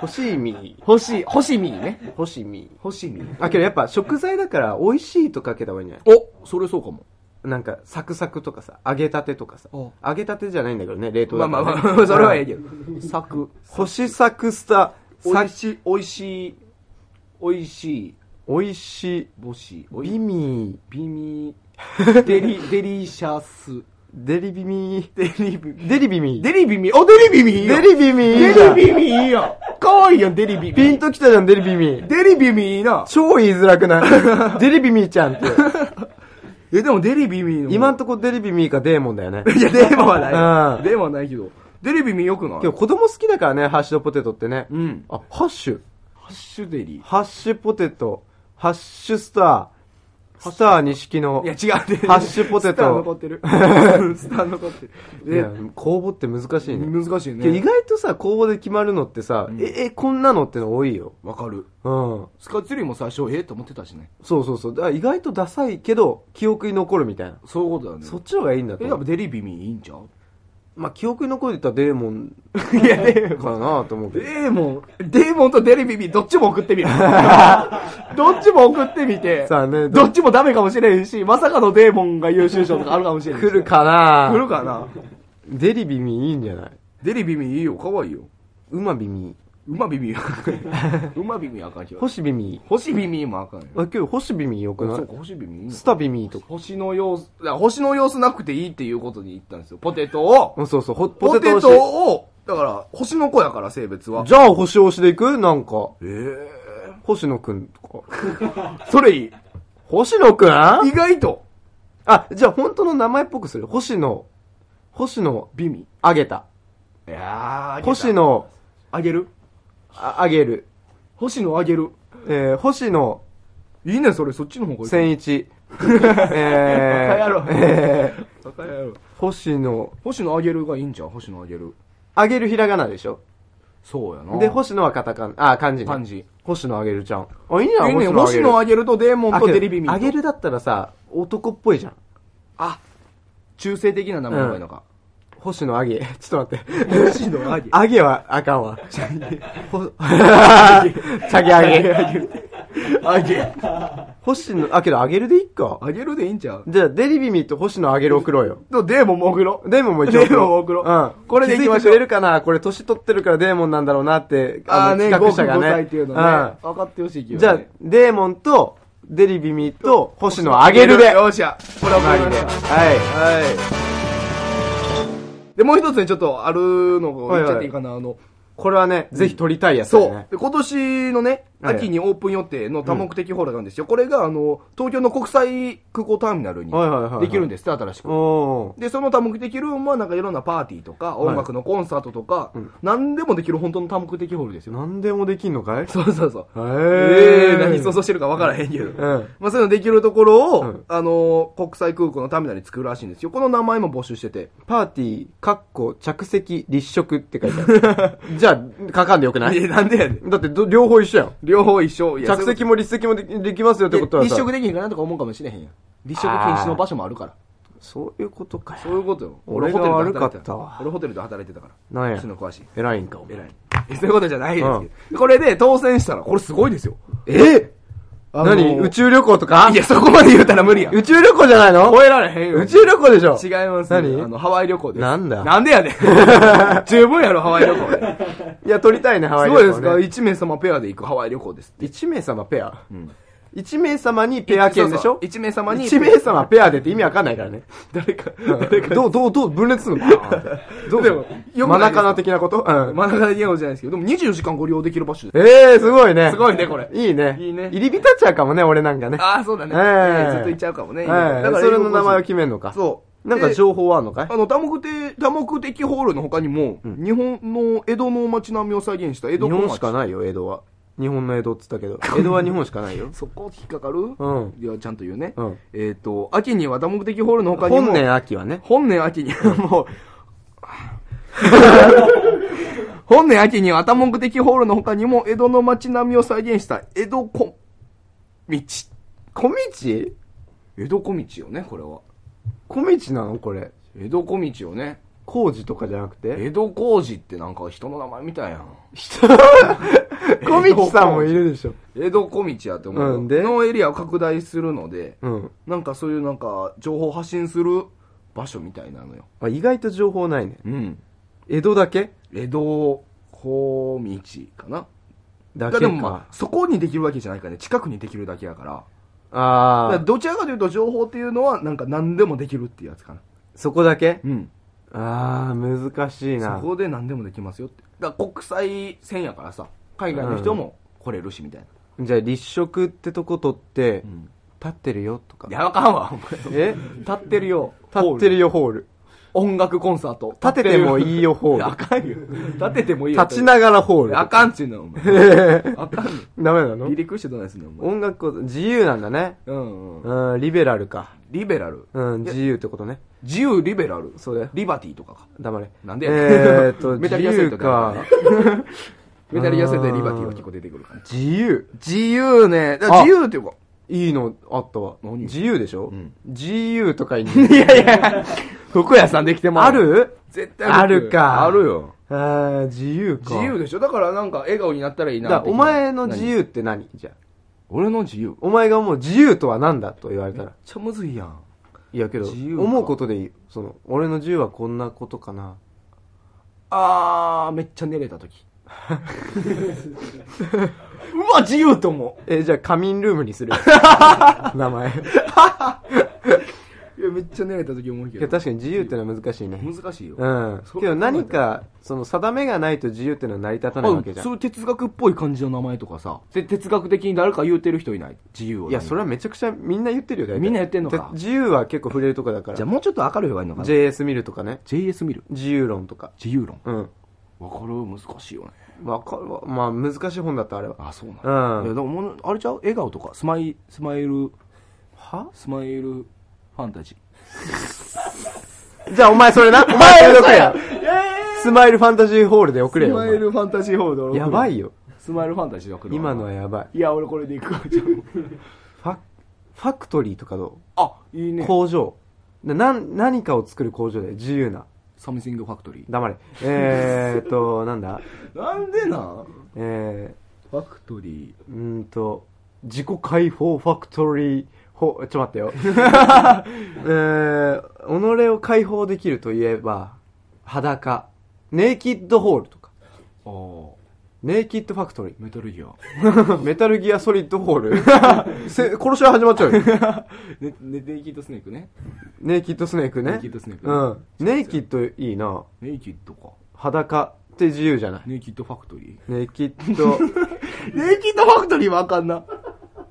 Speaker 3: 欲しいみー。
Speaker 2: 欲しい、欲しみね。
Speaker 3: 欲しいみー。
Speaker 2: 欲しみ。
Speaker 3: あ、けどやっぱ食材だから美味しいとかけた方がいいんじゃない
Speaker 2: お、それそうかも。
Speaker 3: なんか、サクサクとかさ、揚げたてとかさ。
Speaker 2: お
Speaker 3: 揚げたてじゃないんだけどね、冷凍
Speaker 2: ま
Speaker 3: だ
Speaker 2: あま
Speaker 3: か
Speaker 2: あ
Speaker 3: ら、ね。
Speaker 2: まあ、それ はええけど。作。
Speaker 3: 星サクスタ、
Speaker 2: お
Speaker 3: さ
Speaker 2: いしい、おいしい、おいしい、
Speaker 3: 美味しい、
Speaker 2: ぼし、おい
Speaker 3: ビミー、
Speaker 2: ビミ、デリ、デリシャス。
Speaker 3: デリビミー、デリビミー、デリビミー、
Speaker 2: デリビミ、お、デリビミいいや
Speaker 3: デ
Speaker 2: ん
Speaker 3: リビミー
Speaker 2: デリビミいいやん。かわいいやん、デリビミ。
Speaker 3: ピンときたじゃん、デリビミー。
Speaker 2: デリビミいいな。
Speaker 3: 超言いづら くないデリビミーちゃんって。
Speaker 2: え、でもデリビミの。
Speaker 3: 今んとこデリビミーかデーモンだよね。
Speaker 2: いや、デーマは
Speaker 3: う
Speaker 2: なんい。デーマはないけど。デリビミよくない
Speaker 3: 今日子供好きだからね、ハッシュドポテトってね。
Speaker 2: うん。
Speaker 3: あ、ハッシュ。
Speaker 2: ハッシュデリ。
Speaker 3: ハッシュポテト。ハッシュスター。スター錦の。
Speaker 2: いや、違うね。
Speaker 3: ハッシュポ
Speaker 2: ス
Speaker 3: テト
Speaker 2: ター残 ってる。スター残って
Speaker 3: いや
Speaker 2: る。
Speaker 3: 公募って難しい
Speaker 2: え、
Speaker 3: ね。
Speaker 2: 難しい
Speaker 3: けど意
Speaker 2: ね。
Speaker 3: 外とさ、公募で決まるのってさ、え、え、こんなのっての多いよ。
Speaker 2: わかる。
Speaker 3: うん。
Speaker 2: スカイツリーも最初、えと思ってたしね。
Speaker 3: そうそうそう。だから意外とダサいけど、記憶に残るみたいな。
Speaker 2: そういうことだよね。
Speaker 3: そっちの方がいいんだと
Speaker 2: え、
Speaker 3: 思
Speaker 2: や
Speaker 3: う
Speaker 2: っぱデリビミいいんちゃう
Speaker 3: まあ、記憶に残るって言ったらデーモン。いや、デーモン。かなと思うけど。
Speaker 2: デーモン、デーモンとデリビビ、どっちも送って みる。どっちも送ってみて、
Speaker 3: さあね
Speaker 2: どっちもダメかもしれんし、まさかのデーモンが優秀賞とかあるかもしれんし。
Speaker 3: 来る。かな
Speaker 2: 来るかな
Speaker 3: デリビミーいいんじゃない
Speaker 2: デリビミいいよ、かわいいよ。
Speaker 3: ウマビミー。
Speaker 2: うまビミ。 うまビミあかんけど。
Speaker 3: 星ビミー。
Speaker 2: 星ビミもあかんよ。
Speaker 3: あ、今日星ビミーよくな
Speaker 2: そう
Speaker 3: い
Speaker 2: か、星ビミいいの
Speaker 3: スタビミーとか。
Speaker 2: 星の様子、だから星の様子なくていいっていうことに言ったんですよ。ポテトを
Speaker 3: う、んそうそう、ほポ
Speaker 2: ポ
Speaker 3: テ
Speaker 2: テ
Speaker 3: ト
Speaker 2: ト
Speaker 3: 推
Speaker 2: を、だから、星の子やから、性別は
Speaker 3: し。。じゃあ星推しでいくなんか。
Speaker 2: えー
Speaker 3: 星野くんとか。
Speaker 2: それいい。
Speaker 3: 星野くんあ
Speaker 2: 意、外と、
Speaker 3: じゃあ本当の名前っぽくする。星野、星野、
Speaker 2: ビミ。
Speaker 3: あげた。
Speaker 2: いやー、
Speaker 3: 星野、
Speaker 2: あげる
Speaker 3: ああげる。
Speaker 2: 星野あげる。
Speaker 3: えー、星野、
Speaker 2: いいね、それ、そっちの方がいい。
Speaker 3: 千 一。え
Speaker 2: バカ野郎
Speaker 3: えー、
Speaker 2: バカ野郎
Speaker 3: 星野、
Speaker 2: 星野あげるがいいんじゃん、星野あげる。
Speaker 3: あげるひらがなでしょ
Speaker 2: そうやな。
Speaker 3: で、星野はカタカナ、あ、漢字、ね。
Speaker 2: 漢字。
Speaker 3: 星野あげるちゃん。あ、いいない
Speaker 2: いね、星野あげるとデーモン
Speaker 3: あ
Speaker 2: とデリビミと。
Speaker 3: あげるだったらさ、男っぽいじゃん。
Speaker 2: あ、中性的な名前がいいのか。
Speaker 3: 星野あげ。 ちょっと待って。
Speaker 2: 星野あげ。
Speaker 3: あげはあかんわ。チャゲあげ。
Speaker 2: あげ。
Speaker 3: 星野、あ、けどあげるでいいか。
Speaker 2: あげるでいいんちゃう
Speaker 3: じゃあ、デリビミと星野あげる送ろうよ。
Speaker 2: とデーモンも送ろう。
Speaker 3: デーモンも一応
Speaker 2: デーモンも送ろう
Speaker 3: うん。
Speaker 2: これで
Speaker 3: 気づ
Speaker 2: 行
Speaker 3: い
Speaker 2: きま
Speaker 3: て
Speaker 2: しょう
Speaker 3: くれるかなこれ年取ってるからデーモンなんだろうなって、
Speaker 2: あ
Speaker 3: あ
Speaker 2: あ
Speaker 3: の、
Speaker 2: ね、
Speaker 3: 企
Speaker 2: 5
Speaker 3: 画者
Speaker 2: 歳
Speaker 3: がね。
Speaker 2: っていうのね。分かってほしいけ
Speaker 3: うん。
Speaker 2: ど。
Speaker 3: じゃあ、デーモンと、デリビミと、星野あげるで。
Speaker 2: よっしゃ。これは送りましょう
Speaker 3: はい。
Speaker 2: はい。で、もう一つね、ちょっとあるのを言っちゃっていいかな。あの、
Speaker 3: これはね、ぜひ撮りたいやつだ
Speaker 2: そ
Speaker 3: よ
Speaker 2: う
Speaker 3: ね。。
Speaker 2: で今年のね、
Speaker 3: はい
Speaker 2: 秋にオープン予定の多目的ホールなんですよ。これが、あの、東京の国際空港ターミナルに
Speaker 3: はいはいはいはい
Speaker 2: できるんですって、新しく。
Speaker 3: おー。
Speaker 2: で、その多目的ルームはなんかいろんなパーティーとか、音楽のコンサートとか、何でもできる本当の多目的ホールですよ。
Speaker 3: 何でもできんのかい
Speaker 2: そうそうそう。
Speaker 3: え
Speaker 2: え
Speaker 3: ー
Speaker 2: ー、何想像してるか分からへんけど。
Speaker 3: ん
Speaker 2: まあ、そういうのできるところを、
Speaker 3: うん
Speaker 2: あのー、国際空港のターミナルに作るらしいんですよ。この名前も募集してて。
Speaker 3: パーティー、かっこ、着席、立食って書いて ある。じゃあ、かかんでよくない
Speaker 2: え、なんでやねん。
Speaker 3: だってど、両方一緒やん。
Speaker 2: 両方一緒。いや
Speaker 3: 着席も立席もできできますよってことはさ。
Speaker 2: 立食できへんかなとか思うかもしれへんやん。立食禁止の場所もあるから。
Speaker 3: そういうことかよ。
Speaker 2: そういうことよ。
Speaker 3: 俺が
Speaker 2: ホテルで働い
Speaker 3: 悪か
Speaker 2: て
Speaker 3: ったわ
Speaker 2: 俺ホテルで働いてたから。
Speaker 3: なんや
Speaker 2: そういうの詳しい。
Speaker 3: 偉いんか、お前
Speaker 2: 偉い。えそういうことじゃないですけど。これで当選したら、これすごいですよ。
Speaker 3: え
Speaker 2: あのー
Speaker 3: 何宇宙旅行とか
Speaker 2: いや、そこまで言うたら無理やん。
Speaker 3: 宇宙旅行じゃないの
Speaker 2: 超えられへんよ。
Speaker 3: 宇宙旅行でしょ
Speaker 2: 違います。
Speaker 3: 何
Speaker 2: あの、ハワイ旅 行です。
Speaker 3: なんだ
Speaker 2: なんでやねん。十分やろ、ハワイ旅行で。
Speaker 3: いや、撮りたいね、ハワ
Speaker 2: す
Speaker 3: イ
Speaker 2: ごい
Speaker 3: 旅
Speaker 2: で
Speaker 3: 行、
Speaker 2: す
Speaker 3: ね。
Speaker 2: か
Speaker 3: い
Speaker 2: ?1 名様ペアで行くハワイ旅行です。
Speaker 3: 一名様ペア。一名様にペア券でしょ
Speaker 2: ?1 名様に。
Speaker 3: 一名様ペアでって意味わかんないからね。
Speaker 2: 誰か、
Speaker 3: う
Speaker 2: 誰
Speaker 3: ん
Speaker 2: か。
Speaker 3: どう、どう、どう分裂するのかなどう
Speaker 2: でもよく
Speaker 3: マ
Speaker 2: ないですか
Speaker 3: ナカナ的なことうん。
Speaker 2: 真ん中で言うじゃないですけど、でも24時間ご利用できる場所で
Speaker 3: ええ、すごいね。
Speaker 2: す。すごいね、これ。
Speaker 3: いいね。
Speaker 2: いいね
Speaker 3: 入り浸っちゃうかもね、俺なんかね。
Speaker 2: ああ、そうだね。
Speaker 3: ええ
Speaker 2: ええずっと行っちゃうかもね。
Speaker 3: ええ
Speaker 2: だから
Speaker 3: それの名前を決めるのか。
Speaker 2: そう。
Speaker 3: なんか
Speaker 2: で
Speaker 3: 情報はあんのかい
Speaker 2: あの、多目的、多目的ホールの他にも、日本の江戸の街並みを再現した江
Speaker 3: 日
Speaker 2: 戸小町。
Speaker 3: 本しかないよ、江戸は。日本の江戸って言ったけど、江戸は日本しかないよ。
Speaker 2: そこ引っかかる
Speaker 3: うん。
Speaker 2: いや、ちゃんと言うね。
Speaker 3: うん。
Speaker 2: えっ、と、秋には多目的ホールの他にも、
Speaker 3: 本年秋はね。
Speaker 2: 本年秋にはもう、本年秋には多目的ホールの他にも、江戸の街並みを再現した、江戸小道。
Speaker 3: 小道
Speaker 2: 江戸小道よね、これは。
Speaker 3: 小道なのこれ。
Speaker 2: 江戸小道よね。
Speaker 3: 工事とかじゃなくて
Speaker 2: 江戸小路ってなんか人の名前みたいやん。
Speaker 3: 小道さんもいるでしょ。
Speaker 2: 江戸小道やって思うよ。
Speaker 3: うんで
Speaker 2: のエリアを拡大するので、
Speaker 3: うん。
Speaker 2: なんかそういうなんか、情報発信する場所みたいなのよ。
Speaker 3: あ、意外と情報ないね。
Speaker 2: うん。
Speaker 3: 江戸だけ
Speaker 2: 江戸小道かな
Speaker 3: だ
Speaker 2: が
Speaker 3: け
Speaker 2: でも
Speaker 3: か
Speaker 2: ま。あそこにできるわけじゃないからね近くにできるだけやからだから
Speaker 3: あー、
Speaker 2: どちらかというと情報っていうのはなんか何でもできるっていうやつかな
Speaker 3: そこだけ
Speaker 2: うん
Speaker 3: あー、難しい
Speaker 2: そ
Speaker 3: な。
Speaker 2: こで何でもできますよってだから国際線やからさ海外の人も来れるしみたいな、
Speaker 3: じゃあ立食ってとこ取って、
Speaker 2: ん
Speaker 3: 立ってるよとか
Speaker 2: い。やわかんわお前
Speaker 3: え
Speaker 2: 立ってるよ
Speaker 3: 立ってる
Speaker 2: よ
Speaker 3: よホール。
Speaker 2: 音楽コンサート
Speaker 3: 立ててもいいよホ
Speaker 2: いやあ
Speaker 3: ール。
Speaker 2: かんよ 立ててもいいよ
Speaker 3: 立ちながらホール。
Speaker 2: あ
Speaker 3: ダ
Speaker 2: かんっちゅうのお前 あかんよ
Speaker 3: メなの
Speaker 2: 離陸してどないすんのお前
Speaker 3: 音楽こそ自由なんだね。
Speaker 2: うんうん
Speaker 3: うん、リベラルか。
Speaker 2: リベラル
Speaker 3: うん、自由ってことね。
Speaker 2: 自由リベラル
Speaker 3: そうだよ。
Speaker 2: リバティとかか
Speaker 3: 黙れ。
Speaker 2: なんで
Speaker 3: えーっ と、
Speaker 2: メタ
Speaker 3: 自
Speaker 2: ルギアセッ
Speaker 3: 由
Speaker 2: ト
Speaker 3: か。
Speaker 2: メタルギアセットでリバティは結構出てくるから。
Speaker 3: 自由
Speaker 2: 自由ね。だ
Speaker 3: あ
Speaker 2: 自由っていうか。
Speaker 3: いいのあったわ。
Speaker 2: 何
Speaker 3: 自由でしょ
Speaker 2: ん
Speaker 3: 自由とかい い
Speaker 2: いやいや、服屋さんできても
Speaker 3: ある
Speaker 2: 絶対僕
Speaker 3: あるか
Speaker 2: あるよ。
Speaker 3: あー自由か。
Speaker 2: 自由でしょだからなんか笑顔になったらいいな
Speaker 3: だから
Speaker 2: って
Speaker 3: お前の自。由って何じゃあ
Speaker 2: 何俺の自由めっ
Speaker 3: お前が思う自由とは何だと言われたら。
Speaker 2: ちゃむずいやん。
Speaker 3: いやけど、
Speaker 2: 自由か
Speaker 3: 思うことでいいよ。その、俺の自由はこんなことかな。
Speaker 2: あー、めっちゃ寝れた 時。うわ、自由と思
Speaker 3: え、じゃあ仮眠ルームにする。 名前。
Speaker 2: う。いや、めっちゃ寝れた時思うけ
Speaker 3: いや、
Speaker 2: ど。
Speaker 3: 確かに自由ってのは難しいね。
Speaker 2: 難しいよ。
Speaker 3: うん。けど何か、その、定めがないと自由ってのは成り立たないわけじゃん
Speaker 2: そう。いう哲学っぽい感じの名前とかさ。で哲学的に誰か言うてる人いない自由を。
Speaker 3: いや、それはめちゃくちゃみんな言ってるよ、大体
Speaker 2: みんな言ってんのか
Speaker 3: 自由は結構触れるとこだから。
Speaker 2: じゃあもうちょっと明るい方がいいのかな
Speaker 3: JS 見るとかね。
Speaker 2: JS 見る
Speaker 3: 自由論とか。
Speaker 2: 自由論
Speaker 3: うん。
Speaker 2: わかる難しいよね
Speaker 3: わかるわ。まあ、難しい本だった、あれは。
Speaker 2: あそうなん
Speaker 3: うん
Speaker 2: いやでももうあれちゃう笑顔とかスマイスマイル
Speaker 3: は
Speaker 2: スマイルファンタジ
Speaker 3: じゃあ、お前それ な。お前それ送れよ。スマイルファンタジーホールで
Speaker 2: ー
Speaker 3: 送れよ。お前
Speaker 2: ファンタジーホール
Speaker 3: やば
Speaker 2: い
Speaker 3: いよ。
Speaker 2: スマイルファンタジーだけ
Speaker 3: 今のはやばい。
Speaker 2: いや俺これでいくわじゃ
Speaker 3: ファ、ファクトリーとかど
Speaker 2: ああいいうね
Speaker 3: 工場。な、なん何かを作る工場で、自由な。
Speaker 2: サムシングファクトリ
Speaker 3: 黙れ。えーっ と、なんだ
Speaker 2: ーなんでなん
Speaker 3: え
Speaker 2: ファクトリ
Speaker 3: ー、うーんと、自己解放ファクトリー、ほ、ちょっと 待ってよ。えー、己を解放できるといえば、裸。ネイキッドホールとか。
Speaker 2: ーああ
Speaker 3: ネイキッドファクトリ
Speaker 2: メタルギア
Speaker 3: ー。 メタルギアソリッドホー ル。せ殺し合い始まっちゃうよ。
Speaker 2: ねねネイキッドスネークね
Speaker 3: ネイキッドスネークね。
Speaker 2: ネイキッドスネーク
Speaker 3: うん。ネイキッドいいな。
Speaker 2: ネイキッドか
Speaker 3: 裸って自由じゃない。
Speaker 2: ネイキッドファクトリ
Speaker 3: ネイキッ ド、
Speaker 2: ーネイキッドファクトリーわかんな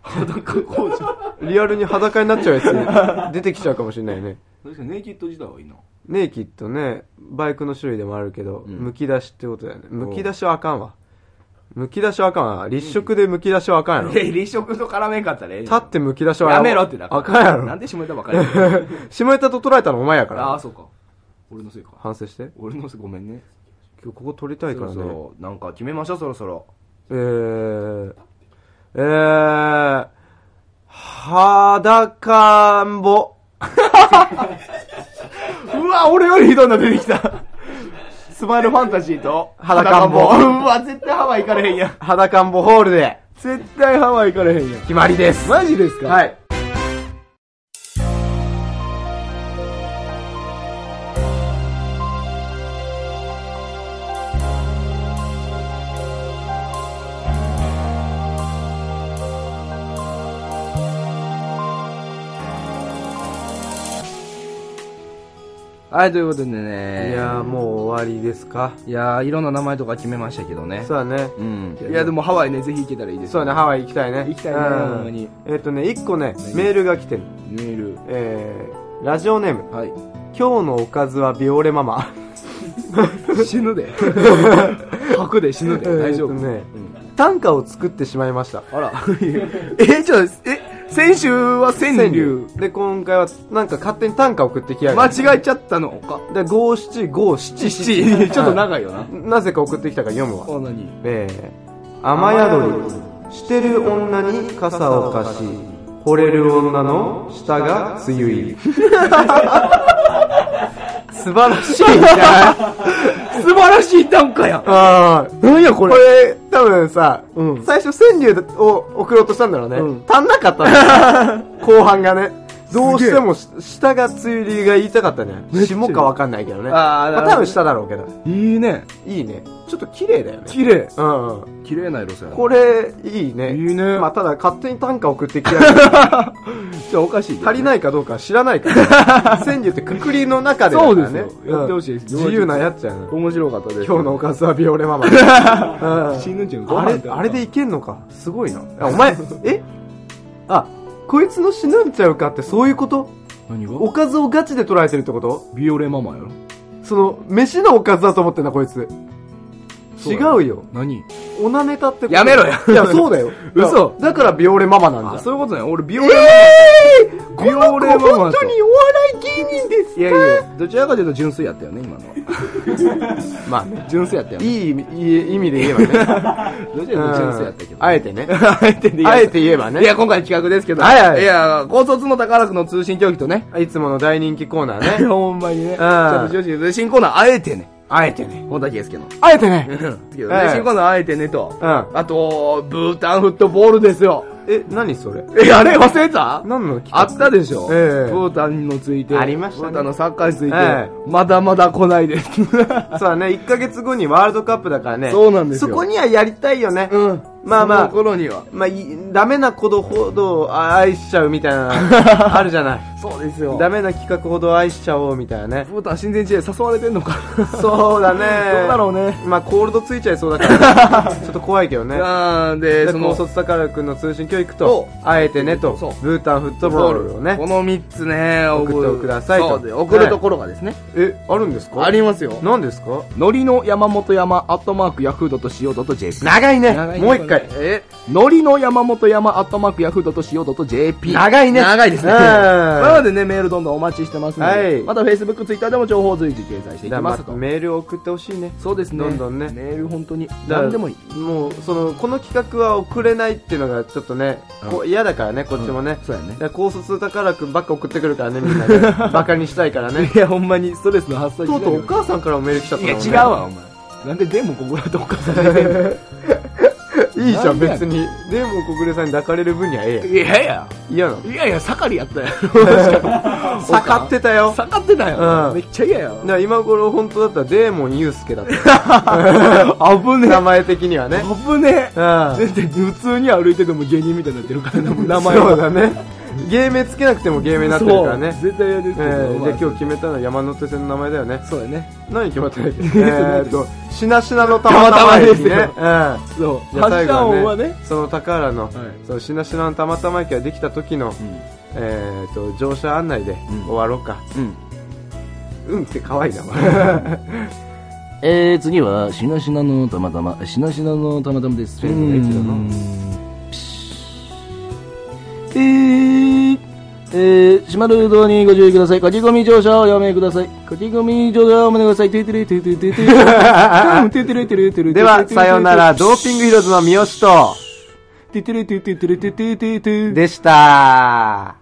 Speaker 2: 裸工場
Speaker 3: リアルに裸になっちゃうやつ、出てきちゃうかもしれないね。
Speaker 2: 確かにネイキッド自体はいいな
Speaker 3: ネイキッドね、バイクの種類でもあるけど、
Speaker 2: ん
Speaker 3: 剥き出しってことだよね。剥き出しはあかんわ。剥き出しはあかんわ。立食で剥き出しはあか んやろ。立
Speaker 2: え、離職と絡めんかったらええじゃん
Speaker 3: って剥き出しは
Speaker 2: やめろってだ
Speaker 3: あかんや
Speaker 2: な
Speaker 3: ろ
Speaker 2: ん。で下ネタばっかりやる
Speaker 3: 下ネタと捉えたのお前やから。
Speaker 2: ああ、そうか。俺のせいか。
Speaker 3: 反省して。
Speaker 2: 俺のせい、ごめんね。
Speaker 3: 今日ここ撮りたい
Speaker 2: そ
Speaker 3: から
Speaker 2: ろ
Speaker 3: ね。
Speaker 2: そろ、なんか決めましょう、そろそろ。
Speaker 3: えー、えー、裸んぼ。
Speaker 2: うわ、俺よりひどいの出てきた。スマイルファンタジーと
Speaker 3: 裸んぼ
Speaker 2: うわ、絶対ハワイ行かれへんやん。
Speaker 3: 裸んぼホールで
Speaker 2: 絶対ハワイ行かれへんやん。
Speaker 3: 決まりです。
Speaker 2: マジですか
Speaker 3: はい。
Speaker 2: はい、ということでね。
Speaker 3: いやーもう終わりですか。
Speaker 2: いやー、いろんな名前とか決めましたけどね。
Speaker 3: そうだね。
Speaker 2: うん。いや、でもハワイね、ぜひ行けたらいいです
Speaker 3: そうだね、ハワイ行きたいね。
Speaker 2: 行きたいね
Speaker 3: うん
Speaker 2: ほんまに
Speaker 3: えっ、とね、一個ね、メールが来てる。
Speaker 2: メー
Speaker 3: えー、ラジオネーム、
Speaker 2: ル。はい。
Speaker 3: 今日のおかずはビオレママ。
Speaker 2: 死ぬで。吐くで死ぬで。大丈夫。
Speaker 3: えーとね、短歌を作ってしまいました。
Speaker 5: あ ら。え、じゃあ、え、先週は川柳。
Speaker 3: で、今回は、なんか勝手に短歌送ってきやが
Speaker 5: 間
Speaker 3: っ
Speaker 5: 違えちゃったのか。
Speaker 3: て。で、五七五七
Speaker 5: 七
Speaker 3: 七。
Speaker 5: ちょっと長いよな。
Speaker 3: なぜか送ってきたから読むわ。
Speaker 5: あ、何
Speaker 3: ええ雨宿り、してる女に傘を貸し、惚れる女の下が梅雨入り。 素晴らしいじゃん。
Speaker 5: 素晴らしい短歌や
Speaker 3: ああ。
Speaker 5: 何やこ
Speaker 3: こ
Speaker 5: れ。
Speaker 3: れ、多分さ、
Speaker 5: うん
Speaker 3: 最初川柳を送ろうとしたんだろうね。
Speaker 5: うん
Speaker 3: 足んなかったんだよ後半がね。どう
Speaker 5: すげえ
Speaker 3: してもし、下が梅雨入りが言いたかったね。下かわかんないけどね。
Speaker 5: あーなるほど
Speaker 3: まあ、多分下だろうけど。
Speaker 5: いいね。
Speaker 3: いいね。ちょっと綺麗だよね。
Speaker 5: 綺麗。
Speaker 3: うんうん。
Speaker 5: 綺麗な色さ。
Speaker 3: これ、いいね。
Speaker 5: いいね
Speaker 3: まあ、ただ勝手に短歌送ってきやが る。
Speaker 5: じゃあおかしい。
Speaker 3: 足りないかどうかは知らな いから。川柳ってくくりの中でだか
Speaker 5: そうで
Speaker 3: ら
Speaker 5: す
Speaker 3: ね
Speaker 5: よ。やってほしいです
Speaker 3: うん自由なやつやな。
Speaker 5: 面白かったです。
Speaker 3: 今日のおかずはビオレ ママ。うん
Speaker 5: 死ぬんじゃん。ご
Speaker 3: あ
Speaker 5: 飯
Speaker 3: れ、あれでいけんのか。すごいな。あお前、えあ、こいつの死ぬんちゃうかってそういうこと
Speaker 5: 何が
Speaker 3: おかずをガチで捉えてるってこと
Speaker 5: ビオレママやろ
Speaker 3: その、飯のおかずだと思ってんだ、こいつ。
Speaker 5: そう
Speaker 3: 違
Speaker 5: だよ
Speaker 3: うよ。
Speaker 5: 何
Speaker 3: おなめたってこと
Speaker 5: やめろよ。
Speaker 3: いや、そうだよ
Speaker 5: 嘘
Speaker 3: だから、ビオレママなん
Speaker 5: あ、
Speaker 3: だ。
Speaker 5: そういうことね。俺ビオレママ。
Speaker 3: この子
Speaker 5: ビオレママと
Speaker 3: 本当にお笑い芸人です。
Speaker 5: いやいや、どちらかというと純粋やったよね、今のは。
Speaker 3: まあね。
Speaker 5: 純粋やったよね。
Speaker 3: いい意味いい意味で言えば ね。
Speaker 5: どちらかというと純粋やったけど。
Speaker 3: あえてね。
Speaker 5: あえてで
Speaker 3: あえて言えばね。
Speaker 5: いや、今回企画ですけど。
Speaker 3: はいはい
Speaker 5: や、高卒の宝くの通信教育とね。
Speaker 3: いつもの大人気コーナ ーね。
Speaker 5: ほんまにね。ちょ
Speaker 3: ん
Speaker 5: っと女子の通信コーナー、あえてね。
Speaker 3: あえてね。
Speaker 5: 本田圭介の。
Speaker 3: あえてね。
Speaker 5: けど
Speaker 3: ええ
Speaker 5: ね、新コーナーあえてねと。
Speaker 3: うん
Speaker 5: あと、ブータンフットボールですよ。
Speaker 3: え、何それ
Speaker 5: え、あれ忘れた
Speaker 3: 何の企画
Speaker 5: あったでしょ、
Speaker 3: ええ
Speaker 5: ブータンのついて。
Speaker 3: ありましたね
Speaker 5: ブータンのサッカーについて。
Speaker 3: え
Speaker 5: まだまだ来 ないです。
Speaker 3: そうだね、1ヶ月後にワールドカップだからね。
Speaker 5: そうなんですよ
Speaker 3: そこにはやりたいよね。
Speaker 5: うん
Speaker 3: まあまあ
Speaker 5: その頃には。
Speaker 3: まあ、いダメなことほどあ愛しちゃうみたいな、あるじゃ ない。
Speaker 5: そうですよ。
Speaker 3: ダメな企画ほど愛しちゃおうみたいなね。
Speaker 5: ブータン親善試合誘われてんのか。
Speaker 3: そうだね。
Speaker 5: どうだろうね。
Speaker 3: まあ、コールドついちゃいそうだから、 ちょっと怖いけどね。
Speaker 5: なんで、
Speaker 3: で
Speaker 5: その
Speaker 3: 高、卒宝くんの通信教育と、あえてねと
Speaker 5: そう、
Speaker 3: ブータンフットボールをね
Speaker 5: こ。の3つね、
Speaker 3: 送ってくださいと
Speaker 5: そうで、送るところがですね。
Speaker 3: え、あるんですか
Speaker 5: ありますよ。
Speaker 3: 何ですか
Speaker 5: のりの山本山、アットマーク、ヤフードと .jp。
Speaker 3: 長いね。
Speaker 5: 長いね
Speaker 3: もう一回。
Speaker 5: えのりの山本山、アットマーク、ヤフードと .jp。
Speaker 3: 長いね。
Speaker 5: 長いですね。
Speaker 3: うん
Speaker 5: なのでね、メールどんどんお待ちしてますので、
Speaker 3: はい
Speaker 5: また Facebook、Twitter でも情報を随時掲載していき
Speaker 3: だから
Speaker 5: ま
Speaker 3: ますた
Speaker 5: と。
Speaker 3: メールを送ってほしいね。
Speaker 5: そうですね。
Speaker 3: どんどんね
Speaker 5: メール本当に、
Speaker 3: だから
Speaker 5: 何でもいい。
Speaker 3: もうそのこの企画は送れないっていうのがちょっとね
Speaker 5: うん
Speaker 3: こう嫌だからねこっちもね、
Speaker 5: そうやね
Speaker 3: だ。から高卒宝くんばっか送ってくるからねみん なでバカにしたいからね
Speaker 5: いや、ほんまにストレスの発散
Speaker 3: と
Speaker 5: に
Speaker 3: うとうお母さんからもメール来ちゃっ
Speaker 5: い
Speaker 3: た
Speaker 5: や、
Speaker 3: の、ね、
Speaker 5: 違うわ、お前。なんで全部ここだとお母さん出てんの
Speaker 3: いいじゃん
Speaker 5: なんでや
Speaker 3: 別にでも小暮さんに抱かれる分にはええ
Speaker 5: いやいや、
Speaker 3: や嫌なの
Speaker 5: いやいや、盛りやったやろ。
Speaker 3: 下がってた よ
Speaker 5: 盛ってたよ。
Speaker 3: うん
Speaker 5: めっちゃ嫌や
Speaker 3: だ
Speaker 5: よ
Speaker 3: か。ら今頃本当だったらデーモンユースケだっ た
Speaker 5: 危ね
Speaker 3: 名前的には
Speaker 5: え。
Speaker 3: ね
Speaker 5: 危ね
Speaker 3: う
Speaker 5: え。
Speaker 3: ん
Speaker 5: 全然普通に歩いてても芸人みたいになってるからな、もう名前
Speaker 3: そう
Speaker 5: は。
Speaker 3: だね芸名つけなくても芸名になってるから
Speaker 5: そう
Speaker 3: ね
Speaker 5: 絶対嫌です
Speaker 3: え
Speaker 5: けど。
Speaker 3: ー
Speaker 5: まあ
Speaker 3: で今日決めたのは山手線の名前だよね
Speaker 5: そうだね。
Speaker 3: 何決 まってないっけえーっと、しなしなのたま
Speaker 5: た
Speaker 3: た
Speaker 5: ま
Speaker 3: ま
Speaker 5: です
Speaker 3: 駅
Speaker 5: よ
Speaker 3: ね。うん。
Speaker 5: そう。
Speaker 3: じゃあ
Speaker 5: 発
Speaker 3: 最後
Speaker 5: 射音は
Speaker 3: は
Speaker 5: ね
Speaker 3: ね、、その高原の、
Speaker 5: い
Speaker 3: そのしなしなのたまたま駅ができた時の、えーっと、乗車案内で終わろうか。
Speaker 5: うん。
Speaker 3: うんって可愛いな、お前
Speaker 4: えー、次は、しなしなのたまたま、しなしなのたまたまです。うーん。えー、えー、しまるうどにご注意ください。書き込み乗車をやめください。書き込み乗車をお願いください。ててれてててて。
Speaker 5: ててれてれてれ
Speaker 3: では、さようなら、ドーピングヒローズの三好と、
Speaker 5: ててれてれてれてれてれてれてれ。
Speaker 3: でした。